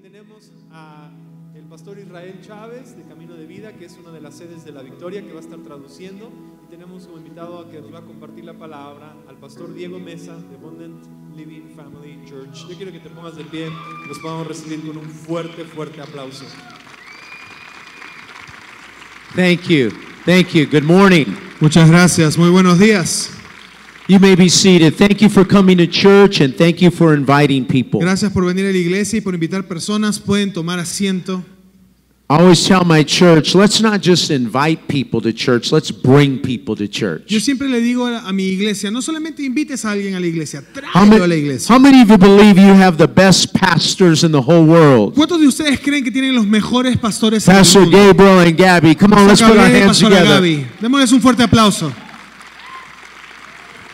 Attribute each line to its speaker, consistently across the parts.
Speaker 1: tenemos a el pastor Israel Chávez de Camino de Vida, que es una de las sedes de la Victoria, que va a estar traduciendo. Y tenemos como invitado a que nos va a compartir la palabra al pastor Diego Mesa de Abundant Living Family Church. Yo quiero que te pongas de pie, nos podamos recibir con un fuerte, fuerte aplauso.
Speaker 2: Thank you. Thank you. Good morning.
Speaker 3: Muchas gracias, muy buenos días.
Speaker 2: You may be seated. Thank you for coming to church and thank you for inviting people.
Speaker 3: Gracias por venir a la iglesia y por invitar personas. Pueden tomar asiento.
Speaker 2: I always tell my church, let's not just invite people to church, let's bring people to
Speaker 3: Yo
Speaker 2: church.
Speaker 3: siempre le digo a, a mi iglesia, no solamente invites a alguien a la iglesia,
Speaker 2: How
Speaker 3: tráelo a la
Speaker 2: many,
Speaker 3: iglesia.
Speaker 2: how many of you believe you have the best pastors in the whole world?
Speaker 3: ¿Cuántos de ustedes creen que tienen los mejores pastores en el
Speaker 2: Pastor
Speaker 3: mundo?
Speaker 2: Gabriel and Gabby, come on, let's put our
Speaker 3: Gabriel y
Speaker 2: hands
Speaker 3: Pastora
Speaker 2: together.
Speaker 3: Gaby. Démosles un fuerte aplauso.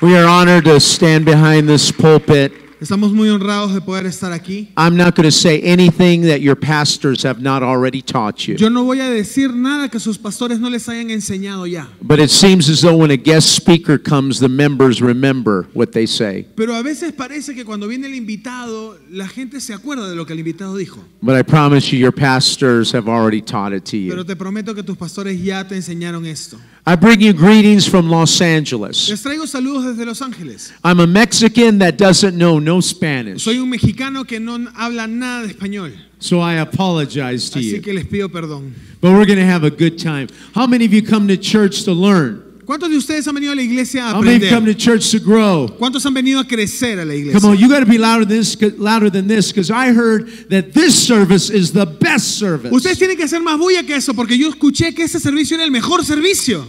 Speaker 2: We are honored to stand behind this pulpit.
Speaker 3: Estamos muy honrados de poder estar aquí.
Speaker 2: I'm not going to say anything that your pastors have not already taught you.
Speaker 3: Yo no voy a decir nada que sus pastores no les hayan enseñado ya.
Speaker 2: But it seems as though when a guest speaker comes, the members remember what they say.
Speaker 3: Pero a veces parece que cuando viene el invitado, la gente se acuerda de lo que el invitado dijo.
Speaker 2: But I promise you, your pastors have already taught it to
Speaker 3: Pero
Speaker 2: you.
Speaker 3: te prometo que tus pastores ya te enseñaron esto.
Speaker 2: I bring you greetings from Los Angeles.
Speaker 3: Les traigo saludos desde Los Ángeles.
Speaker 2: I'm a Mexican that doesn't know no Spanish,
Speaker 3: Soy un mexicano que no habla nada de español,
Speaker 2: so I apologize to
Speaker 3: así
Speaker 2: you.
Speaker 3: que les pido perdón.
Speaker 2: But we're going to have a good time. How many of you come to church to learn?
Speaker 3: ¿Cuántos de ustedes han venido a la iglesia a
Speaker 2: How many of you come
Speaker 3: aprender?
Speaker 2: to church to grow?
Speaker 3: ¿Cuántos han venido a crecer a la
Speaker 2: Come
Speaker 3: iglesia?
Speaker 2: on, you got to be louder than this, louder than this, because I heard that this service is the best service.
Speaker 3: Ustedes tienen que hacer más bulla que eso, porque yo escuché que ese servicio era el mejor servicio.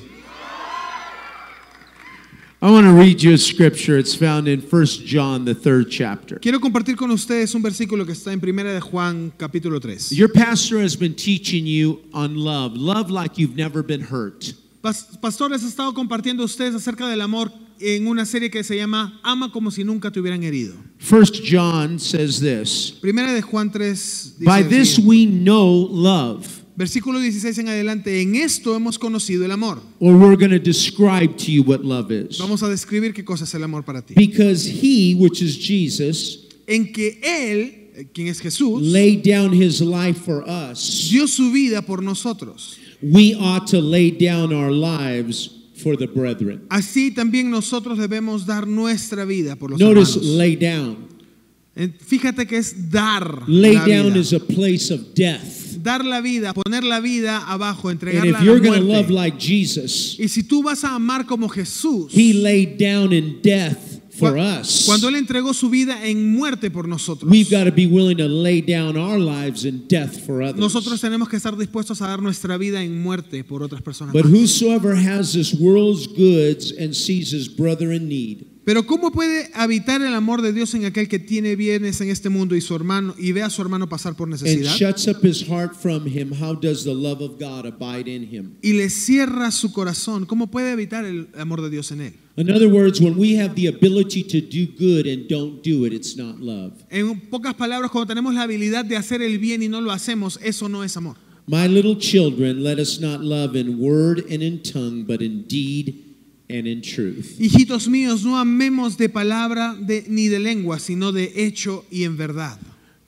Speaker 2: I want to read you a scripture. It's found in 1 John, the third chapter.
Speaker 3: Quiero compartir con ustedes un versículo que está en Primera de Juan, capítulo 3.
Speaker 2: Your pastor has been teaching you on love, love like you've never been hurt.
Speaker 3: Pas- Pastor, les he estado compartiendo a ustedes acerca del amor en una serie que se llama Ama como si nunca te hubieran herido.
Speaker 2: 1 John says this
Speaker 3: Primera de Juan 3, dice
Speaker 2: By
Speaker 3: lo
Speaker 2: this
Speaker 3: siguiente.
Speaker 2: we know love,
Speaker 3: versículo 16 en adelante, en esto hemos conocido el amor.
Speaker 2: or we're going to describe to you what love is.
Speaker 3: Vamos a describir qué cosa es el amor para ti.
Speaker 2: Because he, which is Jesus,
Speaker 3: En que Él, eh, quien es Jesús,
Speaker 2: laid down his life for us,
Speaker 3: dio su vida por nosotros.
Speaker 2: we ought to lay down our lives for the brethren.
Speaker 3: Así también nosotros debemos dar nuestra vida por los
Speaker 2: Notice
Speaker 3: hermanos.
Speaker 2: lay down.
Speaker 3: Eh, Fíjate que es dar
Speaker 2: Lay
Speaker 3: la
Speaker 2: down
Speaker 3: vida.
Speaker 2: is a place of death.
Speaker 3: Dar la vida, poner la vida abajo,
Speaker 2: And
Speaker 3: entregarla
Speaker 2: if
Speaker 3: a la
Speaker 2: you're going to love
Speaker 3: muerte.
Speaker 2: like Jesus,
Speaker 3: Y si tú vas a amar como Jesús,
Speaker 2: He laid down in death for
Speaker 3: cua-
Speaker 2: us.
Speaker 3: cuando Él entregó su vida en muerte por nosotros,
Speaker 2: We've got to be willing to lay down our lives in death for others.
Speaker 3: nosotros tenemos que estar dispuestos a dar nuestra vida en muerte por otras personas.
Speaker 2: but
Speaker 3: más.
Speaker 2: whosoever has this world's goods and sees his brother in need,
Speaker 3: Pero ¿cómo puede habitar el amor de Dios en aquel que tiene bienes en este mundo y su hermano y ve a su hermano pasar por
Speaker 2: and
Speaker 3: necesidad
Speaker 2: shuts up his heart from him, how does the love of God abide in him?
Speaker 3: y le cierra su corazón? ¿Cómo puede habitar el amor de Dios en él?
Speaker 2: In other words, when we have the ability to do good and don't do it, it's not love.
Speaker 3: En pocas palabras, cuando tenemos la habilidad de hacer el bien y no lo hacemos, eso no es amor.
Speaker 2: My little children, let us not love in word and in tongue, but in deed and in truth.
Speaker 3: Hijitos míos, no amemos de palabra de- ni de lengua, sino de hecho y en verdad.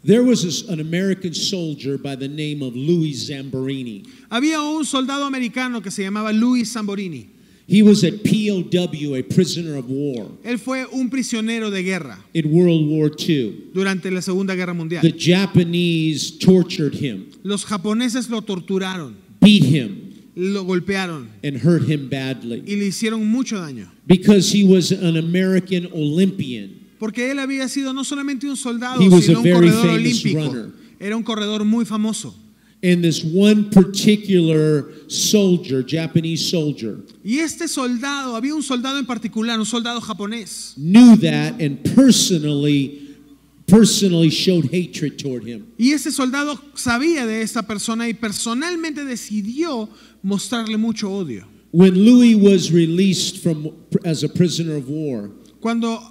Speaker 2: There was this, an American soldier by the name of Louis Zamborini.
Speaker 3: Había un soldado americano que se llamaba Luis Zamborini.
Speaker 2: He was a POW, a prisoner of war,
Speaker 3: Él fue un prisionero de guerra
Speaker 2: in World War II.
Speaker 3: durante la Segunda Guerra
Speaker 2: The
Speaker 3: Mundial.
Speaker 2: Japanese tortured him,
Speaker 3: Los japoneses lo torturaron.
Speaker 2: beat him,
Speaker 3: lo golpearon
Speaker 2: and hurt him badly
Speaker 3: y le hicieron mucho daño.
Speaker 2: because he was an American Olympian.
Speaker 3: Porque él había sido no solamente un soldado,
Speaker 2: He was
Speaker 3: sino
Speaker 2: a
Speaker 3: un
Speaker 2: very
Speaker 3: corredor
Speaker 2: famous
Speaker 3: olímpico.
Speaker 2: runner.
Speaker 3: Era un corredor muy famoso.
Speaker 2: And this one particular soldier, Japanese soldier,
Speaker 3: Y este soldado, había un soldado en particular, un soldado japonés.
Speaker 2: knew that and personally, personally showed hatred toward him.
Speaker 3: Y este soldado sabía de esta persona y personalmente decidió mostrarle mucho odio.
Speaker 2: When Louis was released from as a prisoner of war,
Speaker 3: Cuando,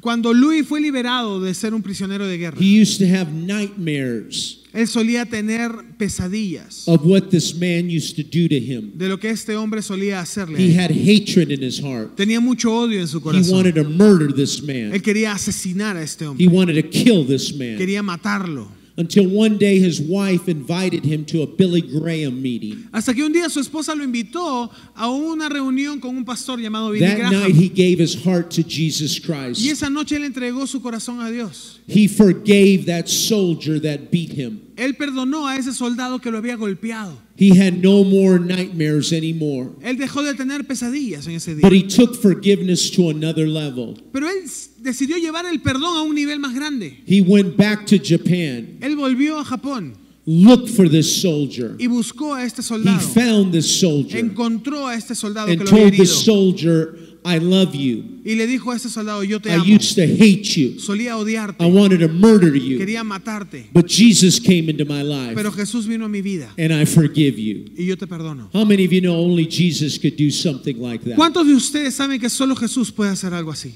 Speaker 3: cuando Louis fue liberado de ser un prisionero de guerra,
Speaker 2: he used to have nightmares
Speaker 3: él solía tener pesadillas
Speaker 2: of what this man used to do to him.
Speaker 3: de lo que este hombre solía hacerle. a
Speaker 2: He
Speaker 3: él.
Speaker 2: had hatred in his heart.
Speaker 3: Tenía mucho odio en su
Speaker 2: He
Speaker 3: corazón.
Speaker 2: wanted to murder this
Speaker 3: Él
Speaker 2: man.
Speaker 3: quería asesinar a este hombre.
Speaker 2: He wanted to kill this man
Speaker 3: Quería matarlo.
Speaker 2: until one day his wife invited him to a Billy Graham meeting.
Speaker 3: Hasta que un día su esposa lo invitó a una reunión con un pastor llamado Billy
Speaker 2: That night
Speaker 3: Graham.
Speaker 2: he gave his heart to Jesus
Speaker 3: Y
Speaker 2: Christ.
Speaker 3: esa noche él entregó su corazón a Dios.
Speaker 2: He forgave that soldier that beat him.
Speaker 3: Él perdonó a ese soldado que lo había golpeado.
Speaker 2: He had no more nightmares anymore.
Speaker 3: Él dejó de tener pesadillas en ese día.
Speaker 2: But he took forgiveness to another level.
Speaker 3: Pero él s- decidió llevar el perdón a un nivel más grande.
Speaker 2: He went back to Japan,
Speaker 3: Él volvió a Japón
Speaker 2: looked for this soldier.
Speaker 3: y buscó a este
Speaker 2: He
Speaker 3: soldado.
Speaker 2: found this soldier
Speaker 3: Encontró a este soldado que
Speaker 2: and
Speaker 3: lo había
Speaker 2: told the
Speaker 3: herido
Speaker 2: soldier, I love you.
Speaker 3: y le dijo a este soldado, yo te
Speaker 2: I
Speaker 3: amo.
Speaker 2: used to hate you.
Speaker 3: Solía
Speaker 2: I
Speaker 3: odiarte,
Speaker 2: wanted to murder you.
Speaker 3: quería matarte,
Speaker 2: But Jesus came into my life
Speaker 3: pero Jesús vino a mi vida
Speaker 2: and I forgive you.
Speaker 3: y yo te perdono.
Speaker 2: How many of you know only Jesus could do something like that?
Speaker 3: ¿Cuántos de ustedes saben que solo Jesús puede hacer algo así?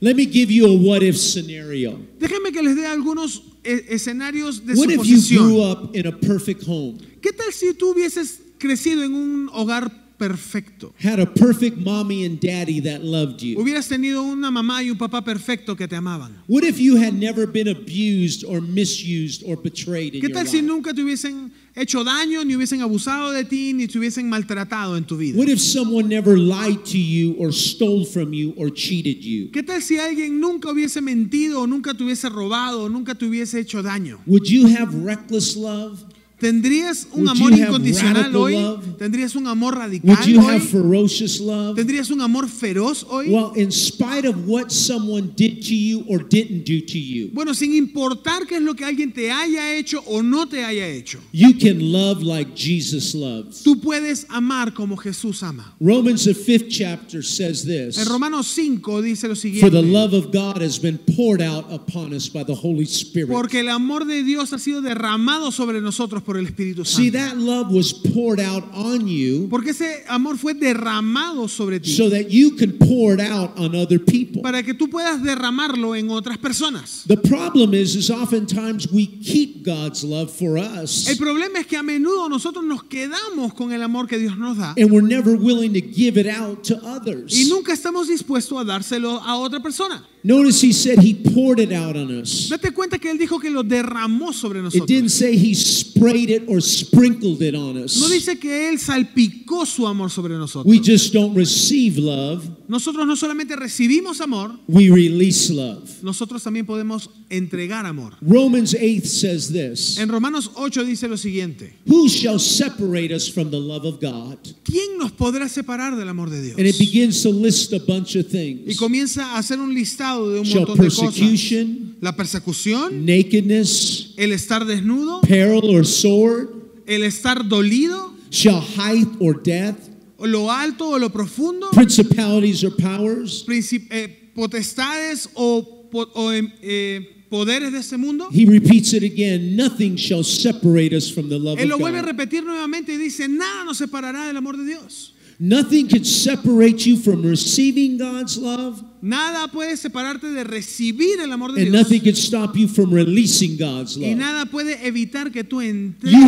Speaker 2: Let me give you a what if scenario.
Speaker 3: Déjenme que les dé algunos eh, escenarios de
Speaker 2: What if you grew
Speaker 3: suposición.
Speaker 2: up in a perfect home,
Speaker 3: ¿Qué tal si tú hubieses crecido en un hogar perfecto?
Speaker 2: had a perfect mommy and daddy that loved you?
Speaker 3: Hubieras tenido una mamá y un papá perfecto que te amaban.
Speaker 2: What if you had never been abused or misused or betrayed in
Speaker 3: ¿Qué
Speaker 2: your
Speaker 3: tal si
Speaker 2: life?
Speaker 3: nunca te hubiesen hecho daño, ni hubiesen abusado de ti, ni te hubiesen maltratado en tu vida?
Speaker 2: What if someone never lied to you or stole from you or cheated you?
Speaker 3: ¿Qué tal si alguien nunca hubiese mentido, o nunca te hubiese robado, o nunca te hubiese hecho daño?
Speaker 2: Would you have reckless love?
Speaker 3: ¿Tendrías un
Speaker 2: Would
Speaker 3: amor
Speaker 2: you have
Speaker 3: incondicional
Speaker 2: radical
Speaker 3: hoy?
Speaker 2: love?
Speaker 3: ¿Tendrías un amor radical
Speaker 2: Would you
Speaker 3: hoy?
Speaker 2: have ferocious love?
Speaker 3: ¿Tendrías un amor feroz hoy?
Speaker 2: Well, in spite of what someone did to you or didn't do to you,
Speaker 3: Bueno, sin importar qué es lo que alguien te haya hecho o no te haya hecho,
Speaker 2: you can love like Jesus loves.
Speaker 3: tú puedes amar como Jesús ama.
Speaker 2: Romans, the fifth chapter, says this
Speaker 3: En Romanos 5 dice lo
Speaker 2: For the
Speaker 3: siguiente.
Speaker 2: love of God has been poured out upon us by the Holy Spirit.
Speaker 3: Porque el amor de Dios ha sido derramado sobre nosotros por el Espíritu
Speaker 2: See,
Speaker 3: Santo.
Speaker 2: that love was poured out on you
Speaker 3: Porque ese amor fue derramado sobre ti
Speaker 2: so that you can pour it out on other people.
Speaker 3: para que tú puedas derramarlo en otras personas.
Speaker 2: The problem is, is oftentimes we keep God's love for
Speaker 3: El
Speaker 2: us,
Speaker 3: problema es que a menudo nosotros nos quedamos con el amor que Dios nos da
Speaker 2: and we're never willing to give it out to others.
Speaker 3: y nunca estamos dispuestos a dárselo a otra persona.
Speaker 2: Notice he said he poured it out on us.
Speaker 3: Date cuenta que Él dijo que lo derramó sobre
Speaker 2: It didn't
Speaker 3: nosotros.
Speaker 2: say he sprayed it or sprinkled it on
Speaker 3: No
Speaker 2: us.
Speaker 3: dice que Él salpicó su amor sobre
Speaker 2: We
Speaker 3: nosotros.
Speaker 2: just don't receive love,
Speaker 3: Nosotros no solamente recibimos amor,
Speaker 2: we release love.
Speaker 3: nosotros también podemos entregar amor.
Speaker 2: Romans 8 says this
Speaker 3: En Romanos 8 dice lo siguiente.
Speaker 2: Who shall separate us from the love of God?
Speaker 3: ¿Quién nos podrá separar del amor de Dios?
Speaker 2: And it begins to list a bunch of
Speaker 3: Y
Speaker 2: things
Speaker 3: comienza a hacer un listado de un
Speaker 2: shall
Speaker 3: montón de cosas.
Speaker 2: persecution,
Speaker 3: La persecución,
Speaker 2: nakedness,
Speaker 3: el estar desnudo,
Speaker 2: peril or sword,
Speaker 3: el estar dolido,
Speaker 2: shall height or death,
Speaker 3: o lo alto o lo profundo,
Speaker 2: principalities or powers.
Speaker 3: princip- eh, potestades o, po- o, em, eh, poderes de este mundo.
Speaker 2: He repeats it again nothing shall separate us from the love
Speaker 3: Él lo
Speaker 2: of
Speaker 3: vuelve a
Speaker 2: God.
Speaker 3: repetir nuevamente y dice, nada nos separará del amor de Dios.
Speaker 2: Nothing can separate you from receiving God's love,
Speaker 3: Nada puede separarte de recibir el amor de
Speaker 2: and
Speaker 3: Dios.
Speaker 2: nothing can stop you from releasing God's
Speaker 3: Y
Speaker 2: love.
Speaker 3: nada puede evitar que tú
Speaker 2: You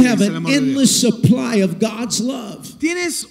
Speaker 2: have
Speaker 3: entregues el
Speaker 2: an
Speaker 3: amor de Dios.
Speaker 2: endless supply of God's love.
Speaker 3: Tienes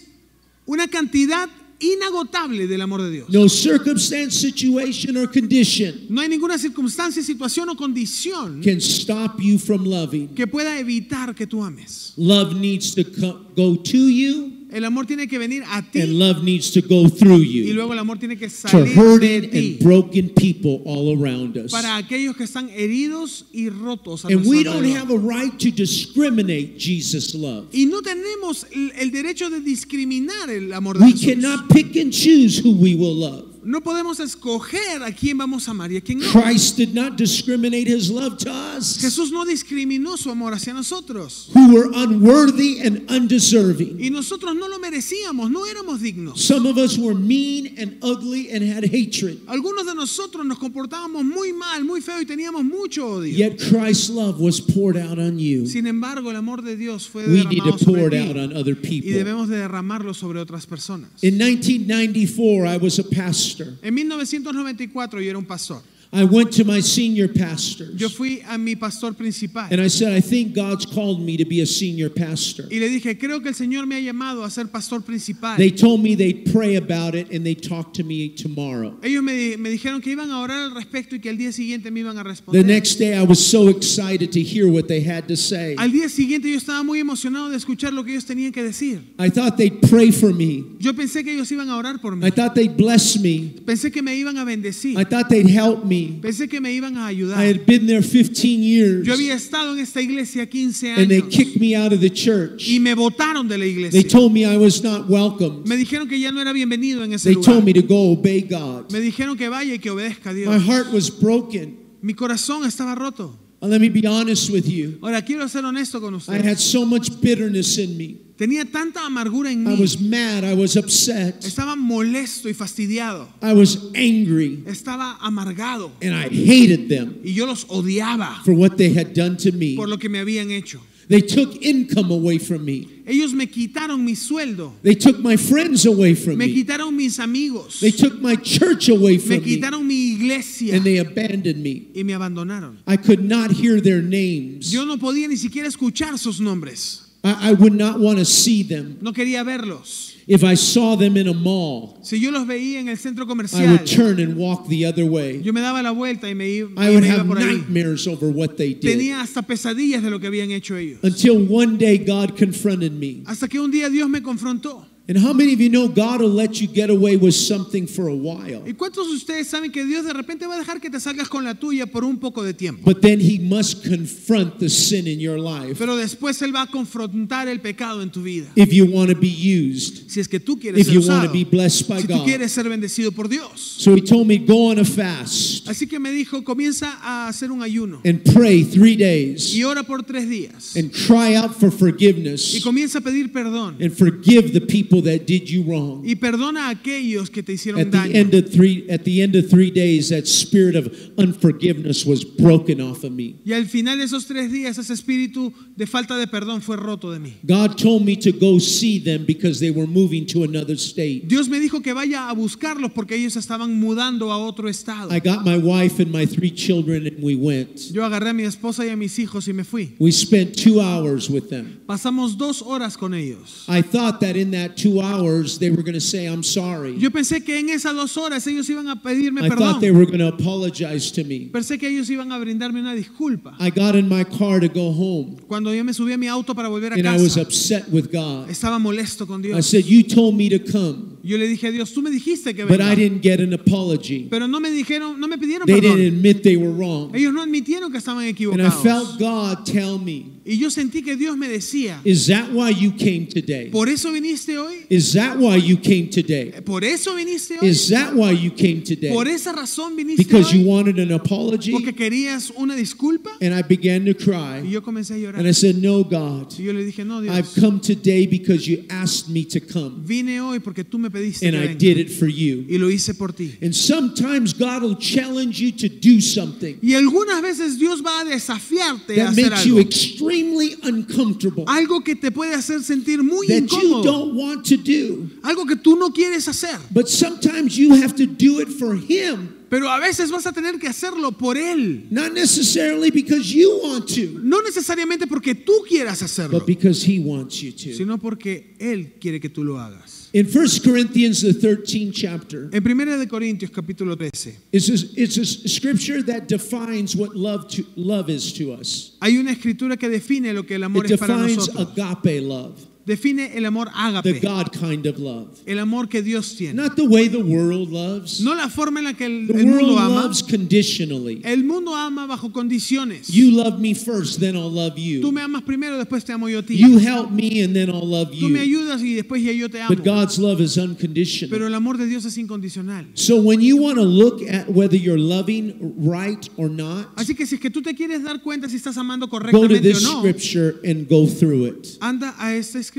Speaker 3: una cantidad inagotable del amor de Dios.
Speaker 2: No circumstance, situation, or condition
Speaker 3: No hay ninguna circunstancia, situación o condición
Speaker 2: can stop you from loving.
Speaker 3: que pueda evitar que tú ames.
Speaker 2: Love needs to co- go to you,
Speaker 3: El amor tiene que venir a
Speaker 2: and
Speaker 3: ti
Speaker 2: love needs to go through
Speaker 3: y
Speaker 2: you
Speaker 3: luego el amor tiene que
Speaker 2: to
Speaker 3: salir de
Speaker 2: hurting
Speaker 3: ti
Speaker 2: and broken people all around us.
Speaker 3: para aquellos que están heridos y rotos. a
Speaker 2: And
Speaker 3: nuestro
Speaker 2: we don't
Speaker 3: alrededor.
Speaker 2: have a right to discriminate Jesus' love.
Speaker 3: Y no tenemos el el derecho de discriminar el amor de
Speaker 2: We
Speaker 3: Jesús.
Speaker 2: cannot pick and choose who we will love.
Speaker 3: No podemos escoger a quién vamos a amar y a quién no.
Speaker 2: Christ did not discriminate his love to us
Speaker 3: Jesús no discriminó su amor hacia nosotros.
Speaker 2: who were unworthy and undeserving.
Speaker 3: Y nosotros no lo merecíamos, no éramos dignos.
Speaker 2: Some of us were mean and ugly and had hatred.
Speaker 3: Algunos de nosotros nos comportábamos muy mal, muy feo y teníamos mucho odio.
Speaker 2: Yet Christ's love was poured out on you.
Speaker 3: Sin embargo, el amor de Dios fue
Speaker 2: We need
Speaker 3: derramado
Speaker 2: to pour
Speaker 3: sobre
Speaker 2: it
Speaker 3: ti
Speaker 2: out on other
Speaker 3: y
Speaker 2: people.
Speaker 3: debemos de derramarlo sobre otras personas.
Speaker 2: In 1994, I was a pastor.
Speaker 3: En 1994 yo era un pastor.
Speaker 2: I went to my senior pastors
Speaker 3: Yo fui a mi pastor principal
Speaker 2: and I said, I think God's called me to be a senior pastor.
Speaker 3: y le dije, creo que el Señor me ha llamado a ser pastor principal.
Speaker 2: They told me they'd pray about it and they'd talk to me tomorrow.
Speaker 3: Ellos me, di- me dijeron que iban a orar al respecto y que al día siguiente me iban a
Speaker 2: The
Speaker 3: responder.
Speaker 2: next day, I was so excited to hear what they had to say.
Speaker 3: Al día siguiente yo estaba muy emocionado de escuchar lo que ellos tenían que decir.
Speaker 2: I thought they'd pray for me.
Speaker 3: Yo pensé que ellos iban a orar por mí.
Speaker 2: I thought they'd bless me.
Speaker 3: Pensé que me iban a bendecir.
Speaker 2: I thought they'd help me.
Speaker 3: Pensé que me iban a
Speaker 2: I
Speaker 3: ayudar.
Speaker 2: had been there 15 years
Speaker 3: Yo había estado en esta iglesia 15
Speaker 2: and they
Speaker 3: años
Speaker 2: kicked me out of the church.
Speaker 3: y me votaron de la
Speaker 2: They
Speaker 3: iglesia.
Speaker 2: told me I was not welcome.
Speaker 3: Me dijeron que ya no era bienvenido en ese
Speaker 2: They told
Speaker 3: lugar.
Speaker 2: me to go obey God.
Speaker 3: Me dijeron que vaya y que obedezca a
Speaker 2: My
Speaker 3: Dios.
Speaker 2: heart was broken.
Speaker 3: Mi corazón estaba roto.
Speaker 2: Uh, Let me be honest with you.
Speaker 3: Ahora quiero ser honesto con
Speaker 2: I
Speaker 3: ustedes.
Speaker 2: had so much bitterness in me.
Speaker 3: Tenía tanta amargura en
Speaker 2: I
Speaker 3: mí.
Speaker 2: was mad. I was upset.
Speaker 3: Estaba molesto y fastidiado.
Speaker 2: I was angry.
Speaker 3: Estaba amargado
Speaker 2: And I hated them
Speaker 3: y yo los odiaba
Speaker 2: for what they had done to me.
Speaker 3: por lo que me habían hecho.
Speaker 2: They took income away from me.
Speaker 3: Ellos me quitaron mi sueldo,
Speaker 2: They took my friends away from
Speaker 3: me
Speaker 2: me.
Speaker 3: quitaron mis amigos,
Speaker 2: They took my church away from
Speaker 3: me
Speaker 2: me.
Speaker 3: quitaron mi iglesia
Speaker 2: And they abandoned me.
Speaker 3: y me abandonaron.
Speaker 2: I could not hear their names.
Speaker 3: Yo no podía ni siquiera escuchar sus nombres.
Speaker 2: I, I would not want to see them.
Speaker 3: No quería verlos.
Speaker 2: If I saw them in a mall,
Speaker 3: Si yo los veía en el centro
Speaker 2: I
Speaker 3: comercial,
Speaker 2: would turn and walk the other way.
Speaker 3: yo me daba la vuelta y me iba,
Speaker 2: I
Speaker 3: y
Speaker 2: would
Speaker 3: me iba
Speaker 2: have
Speaker 3: por ahí.
Speaker 2: nightmares over what they did.
Speaker 3: Tenía hasta pesadillas de lo que habían hecho ellos.
Speaker 2: Until one day God confronted me.
Speaker 3: Hasta que un día Dios me confrontó.
Speaker 2: And how many of you know God will let you get away with something for a while?
Speaker 3: ¿Y cuántos de ustedes saben que Dios de repente va a dejar que te salgas con la tuya por un poco de tiempo?
Speaker 2: But then He must confront the sin in your life
Speaker 3: Pero después Él va a confrontar el pecado en tu vida.
Speaker 2: if you want to be used,
Speaker 3: Si es que tú quieres
Speaker 2: if
Speaker 3: ser
Speaker 2: you want
Speaker 3: usado,
Speaker 2: to be blessed by
Speaker 3: si tú
Speaker 2: God.
Speaker 3: quieres ser bendecido por Dios.
Speaker 2: So He told me, go on a fast
Speaker 3: Así que me dijo, comienza a hacer un ayuno
Speaker 2: and pray three
Speaker 3: y
Speaker 2: days
Speaker 3: ora por tres días
Speaker 2: and cry out for
Speaker 3: y
Speaker 2: forgiveness
Speaker 3: comienza a pedir perdón
Speaker 2: and forgive the people that did you wrong.
Speaker 3: y perdona a aquellos que te hicieron
Speaker 2: At the
Speaker 3: daño.
Speaker 2: end of three, at the end of three days, that spirit of unforgiveness was broken off of me.
Speaker 3: Y al final de esos tres días, ese espíritu de falta de perdón fue roto de mí.
Speaker 2: God told me to go see them because they were moving to another state.
Speaker 3: Dios me dijo que vaya a buscarlos porque ellos estaban mudando a otro estado.
Speaker 2: I got my wife and my three children, and we went.
Speaker 3: Yo agarré a mi esposa y a mis hijos y me fui.
Speaker 2: We spent two hours with them.
Speaker 3: Pasamos dos horas con ellos.
Speaker 2: I thought that in that two hours they were going to say, "I'm sorry."
Speaker 3: Yo pensé que en esas dos horas ellos iban a pedirme
Speaker 2: I thought
Speaker 3: perdón.
Speaker 2: they were going to apologize to me.
Speaker 3: Pensé que ellos iban a brindarme una disculpa.
Speaker 2: I got in my car to go home,
Speaker 3: Cuando yo me subí a mi auto para volver a
Speaker 2: and I was
Speaker 3: casa,
Speaker 2: upset with God.
Speaker 3: estaba molesto con
Speaker 2: I
Speaker 3: Dios.
Speaker 2: said, "You told me to come,
Speaker 3: Yo le dije a Dios, tú me dijiste que
Speaker 2: but I
Speaker 3: venga.
Speaker 2: didn't get an apology."
Speaker 3: Pero no me dijeron, no me pidieron
Speaker 2: They didn't
Speaker 3: perdón.
Speaker 2: admit they were wrong.
Speaker 3: Ellos no admitieron que estaban
Speaker 2: And I felt
Speaker 3: equivocados.
Speaker 2: God tell me,
Speaker 3: Y yo sentí que Dios me decía,
Speaker 2: Is that why you came today?
Speaker 3: ¿por eso viniste hoy?
Speaker 2: Is that why you came today?
Speaker 3: ¿Por eso viniste hoy?
Speaker 2: Is that why you came
Speaker 3: ¿Por
Speaker 2: today?
Speaker 3: esa razón viniste
Speaker 2: Because you
Speaker 3: hoy?
Speaker 2: wanted an
Speaker 3: ¿Porque
Speaker 2: apology?
Speaker 3: querías una disculpa?
Speaker 2: And I began to
Speaker 3: Y
Speaker 2: cry.
Speaker 3: yo comencé a llorar.
Speaker 2: And I said, No, God,
Speaker 3: Y yo le dije, no,
Speaker 2: I've
Speaker 3: Dios,
Speaker 2: come today because you asked me to come.
Speaker 3: vine hoy porque tú me pediste
Speaker 2: And
Speaker 3: que
Speaker 2: I
Speaker 3: venga.
Speaker 2: did it for you.
Speaker 3: Y lo hice por ti.
Speaker 2: And sometimes God will challenge you to do something
Speaker 3: Y algunas veces Dios va a desafiarte a
Speaker 2: that
Speaker 3: hacer
Speaker 2: makes you
Speaker 3: algo.
Speaker 2: extremely uncomfortable,
Speaker 3: Algo que te puede hacer sentir muy
Speaker 2: that you
Speaker 3: incómodo.
Speaker 2: don't want to do.
Speaker 3: Algo que tú no quieres hacer.
Speaker 2: But sometimes you have to do it for Him.
Speaker 3: Pero a veces vas a tener que hacerlo por Él.
Speaker 2: Not necessarily because you want to,
Speaker 3: No necesariamente porque tú quieras hacerlo,
Speaker 2: but because He wants you to.
Speaker 3: sino porque Él quiere que tú lo hagas.
Speaker 2: In 1 Corinthians, the 13th chapter,
Speaker 3: En 1 de Corintios capítulo 13
Speaker 2: it's a, it's a scripture that defines what love, to, love is to us.
Speaker 3: hay una escritura que define lo que el amor
Speaker 2: It
Speaker 3: es para
Speaker 2: defines
Speaker 3: nosotros.
Speaker 2: agape love,
Speaker 3: Define el amor
Speaker 2: the
Speaker 3: ágape,
Speaker 2: God kind of love.
Speaker 3: el amor que Dios tiene.
Speaker 2: Not the way the world loves.
Speaker 3: No la forma en la que el,
Speaker 2: The
Speaker 3: el
Speaker 2: world
Speaker 3: mundo ama.
Speaker 2: loves conditionally.
Speaker 3: El mundo ama bajo condiciones.
Speaker 2: You love me first, then I'll love
Speaker 3: Tú
Speaker 2: you.
Speaker 3: me amas primero, después te amo yo a ti.
Speaker 2: You help me, and then I'll love
Speaker 3: Tú me
Speaker 2: you.
Speaker 3: ayudas y después ya yo te amo.
Speaker 2: But God's love is unconditional.
Speaker 3: Pero el amor de Dios es incondicional.
Speaker 2: So when you want to look at whether you're loving right or not,
Speaker 3: Así que si es que tú te quieres dar cuenta si estás amando
Speaker 2: go to
Speaker 3: correctamente o
Speaker 2: this
Speaker 3: no,
Speaker 2: scripture and go through it.
Speaker 3: anda a esta escritura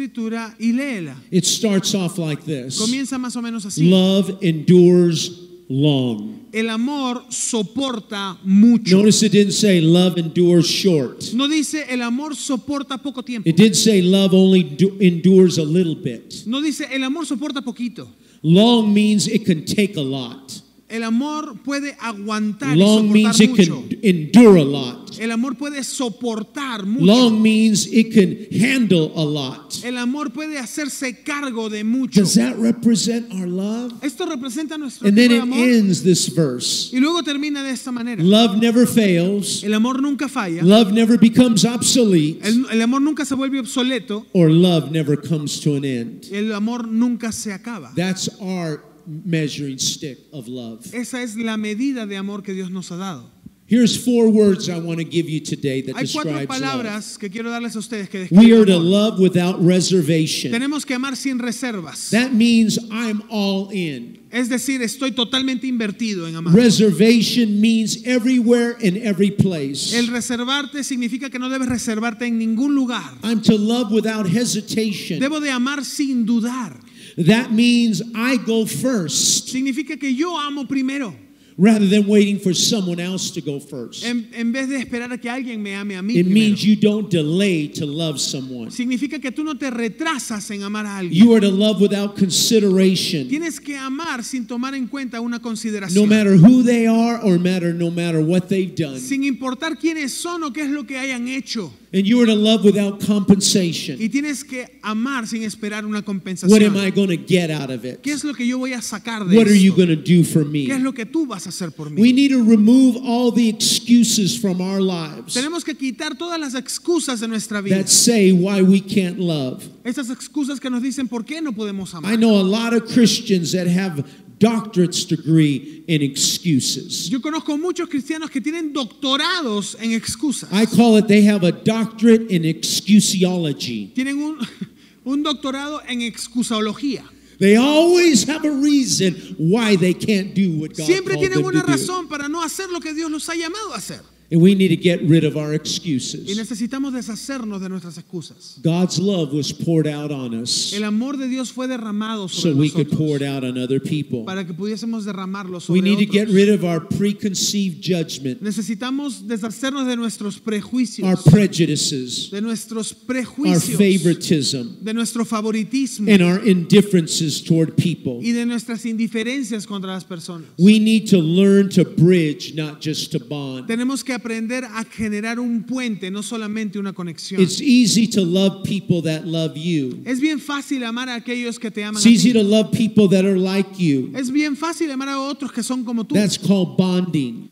Speaker 3: y léela.
Speaker 2: It starts off like this.
Speaker 3: Comienza más o menos así.
Speaker 2: Love endures long.
Speaker 3: El amor soporta mucho.
Speaker 2: Notice it didn't say love endures short.
Speaker 3: No dice el amor soporta poco tiempo.
Speaker 2: It did say love only do- endures a little bit.
Speaker 3: No dice el amor soporta poquito.
Speaker 2: Long means it can take a lot.
Speaker 3: El amor puede aguantar y
Speaker 2: Long means
Speaker 3: soportar
Speaker 2: it
Speaker 3: mucho.
Speaker 2: can endure a lot.
Speaker 3: El amor puede soportar mucho.
Speaker 2: Long means it can handle a lot.
Speaker 3: El amor puede hacerse cargo de mucho.
Speaker 2: Does that represent our love?
Speaker 3: Esto representa nuestro
Speaker 2: And then
Speaker 3: tipo de
Speaker 2: it
Speaker 3: amor.
Speaker 2: ends this verse.
Speaker 3: Y luego termina de esta manera.
Speaker 2: Love never fails.
Speaker 3: El amor nunca falla.
Speaker 2: Love never becomes obsolete.
Speaker 3: El, el amor nunca se vuelve obsoleto.
Speaker 2: Or love never comes to an end.
Speaker 3: El amor nunca se acaba.
Speaker 2: That's our measuring stick of love.
Speaker 3: Esa es la medida de amor que Dios nos ha dado.
Speaker 2: Here's four words I want to give you today that
Speaker 3: Hay cuatro
Speaker 2: describes love.
Speaker 3: palabras que quiero darles a ustedes que
Speaker 2: We are
Speaker 3: describen
Speaker 2: to
Speaker 3: amor.
Speaker 2: love without reservation.
Speaker 3: Tenemos que amar sin reservas.
Speaker 2: That means I'm all in.
Speaker 3: Es decir, estoy totalmente invertido en amar.
Speaker 2: Reservation means everywhere and every place.
Speaker 3: El reservarte significa que no debes reservarte en ningún lugar.
Speaker 2: I'm to love without hesitation.
Speaker 3: Debo de amar sin dudar.
Speaker 2: That means I go first
Speaker 3: Significa que yo amo primero
Speaker 2: rather than waiting for someone else to go first.
Speaker 3: en, en vez de esperar a que alguien me ame a mí.
Speaker 2: It
Speaker 3: primero.
Speaker 2: means you don't delay to love someone.
Speaker 3: Significa que tú no te retrasas en amar a alguien.
Speaker 2: You are to love without consideration.
Speaker 3: Tienes que amar sin tomar en cuenta una
Speaker 2: No
Speaker 3: consideración.
Speaker 2: matter who they are or matter no matter what they've done.
Speaker 3: sin importar quiénes son o qué es lo que hayan hecho.
Speaker 2: And you are to love without compensation.
Speaker 3: Y tienes que amar sin esperar una
Speaker 2: What
Speaker 3: compensación.
Speaker 2: am I going to get out of it?
Speaker 3: ¿Qué es lo que yo voy a sacar de
Speaker 2: What are you
Speaker 3: esto?
Speaker 2: going to do for
Speaker 3: ¿Qué es
Speaker 2: me?
Speaker 3: lo que tú vas a hacer por mí?
Speaker 2: We need to remove all the excuses from our lives
Speaker 3: Tenemos que quitar todas las excusas de nuestra vida.
Speaker 2: that say why we can't love.
Speaker 3: Esas excusas que nos dicen por qué no podemos
Speaker 2: I
Speaker 3: amar.
Speaker 2: know a lot of Christians that have doctorate's degree in excuses.
Speaker 3: Yo conozco muchos cristianos que tienen doctorados en excusas.
Speaker 2: I call it they have a doctorate in excusiology.
Speaker 3: Tienen un, un doctorado en excusología.
Speaker 2: They always have a reason why they can't do what God
Speaker 3: Siempre
Speaker 2: called
Speaker 3: tienen
Speaker 2: them
Speaker 3: una
Speaker 2: to do.
Speaker 3: razón para no hacer lo que Dios los ha llamado a hacer.
Speaker 2: And we need to get rid of our
Speaker 3: Y
Speaker 2: excuses.
Speaker 3: necesitamos deshacernos de nuestras excusas.
Speaker 2: God's love was poured out on us
Speaker 3: El amor de Dios fue derramado
Speaker 2: so
Speaker 3: sobre
Speaker 2: we could pour it
Speaker 3: nosotros
Speaker 2: out on other people.
Speaker 3: para que pudiésemos derramarlo
Speaker 2: We
Speaker 3: sobre
Speaker 2: need to get
Speaker 3: otros.
Speaker 2: rid of our preconceived judgment,
Speaker 3: Necesitamos deshacernos de nuestros
Speaker 2: our
Speaker 3: prejuicios,
Speaker 2: prejudices,
Speaker 3: de nuestros
Speaker 2: our
Speaker 3: prejuicios,
Speaker 2: favoritism,
Speaker 3: de nuestro favoritismo
Speaker 2: and our indifferences toward people.
Speaker 3: y de nuestras indiferencias contra las personas.
Speaker 2: We need to learn to bridge, not just to bond.
Speaker 3: Tenemos que aprender a generar un puente, no solamente una conexión.
Speaker 2: It's easy to love people that love you.
Speaker 3: Es bien fácil amar a aquellos que te aman.
Speaker 2: It's
Speaker 3: a
Speaker 2: easy
Speaker 3: ti.
Speaker 2: to love people that are like you.
Speaker 3: Es bien fácil amar a otros que son como tú.
Speaker 2: That's called bonding.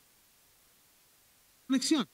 Speaker 3: Conexión.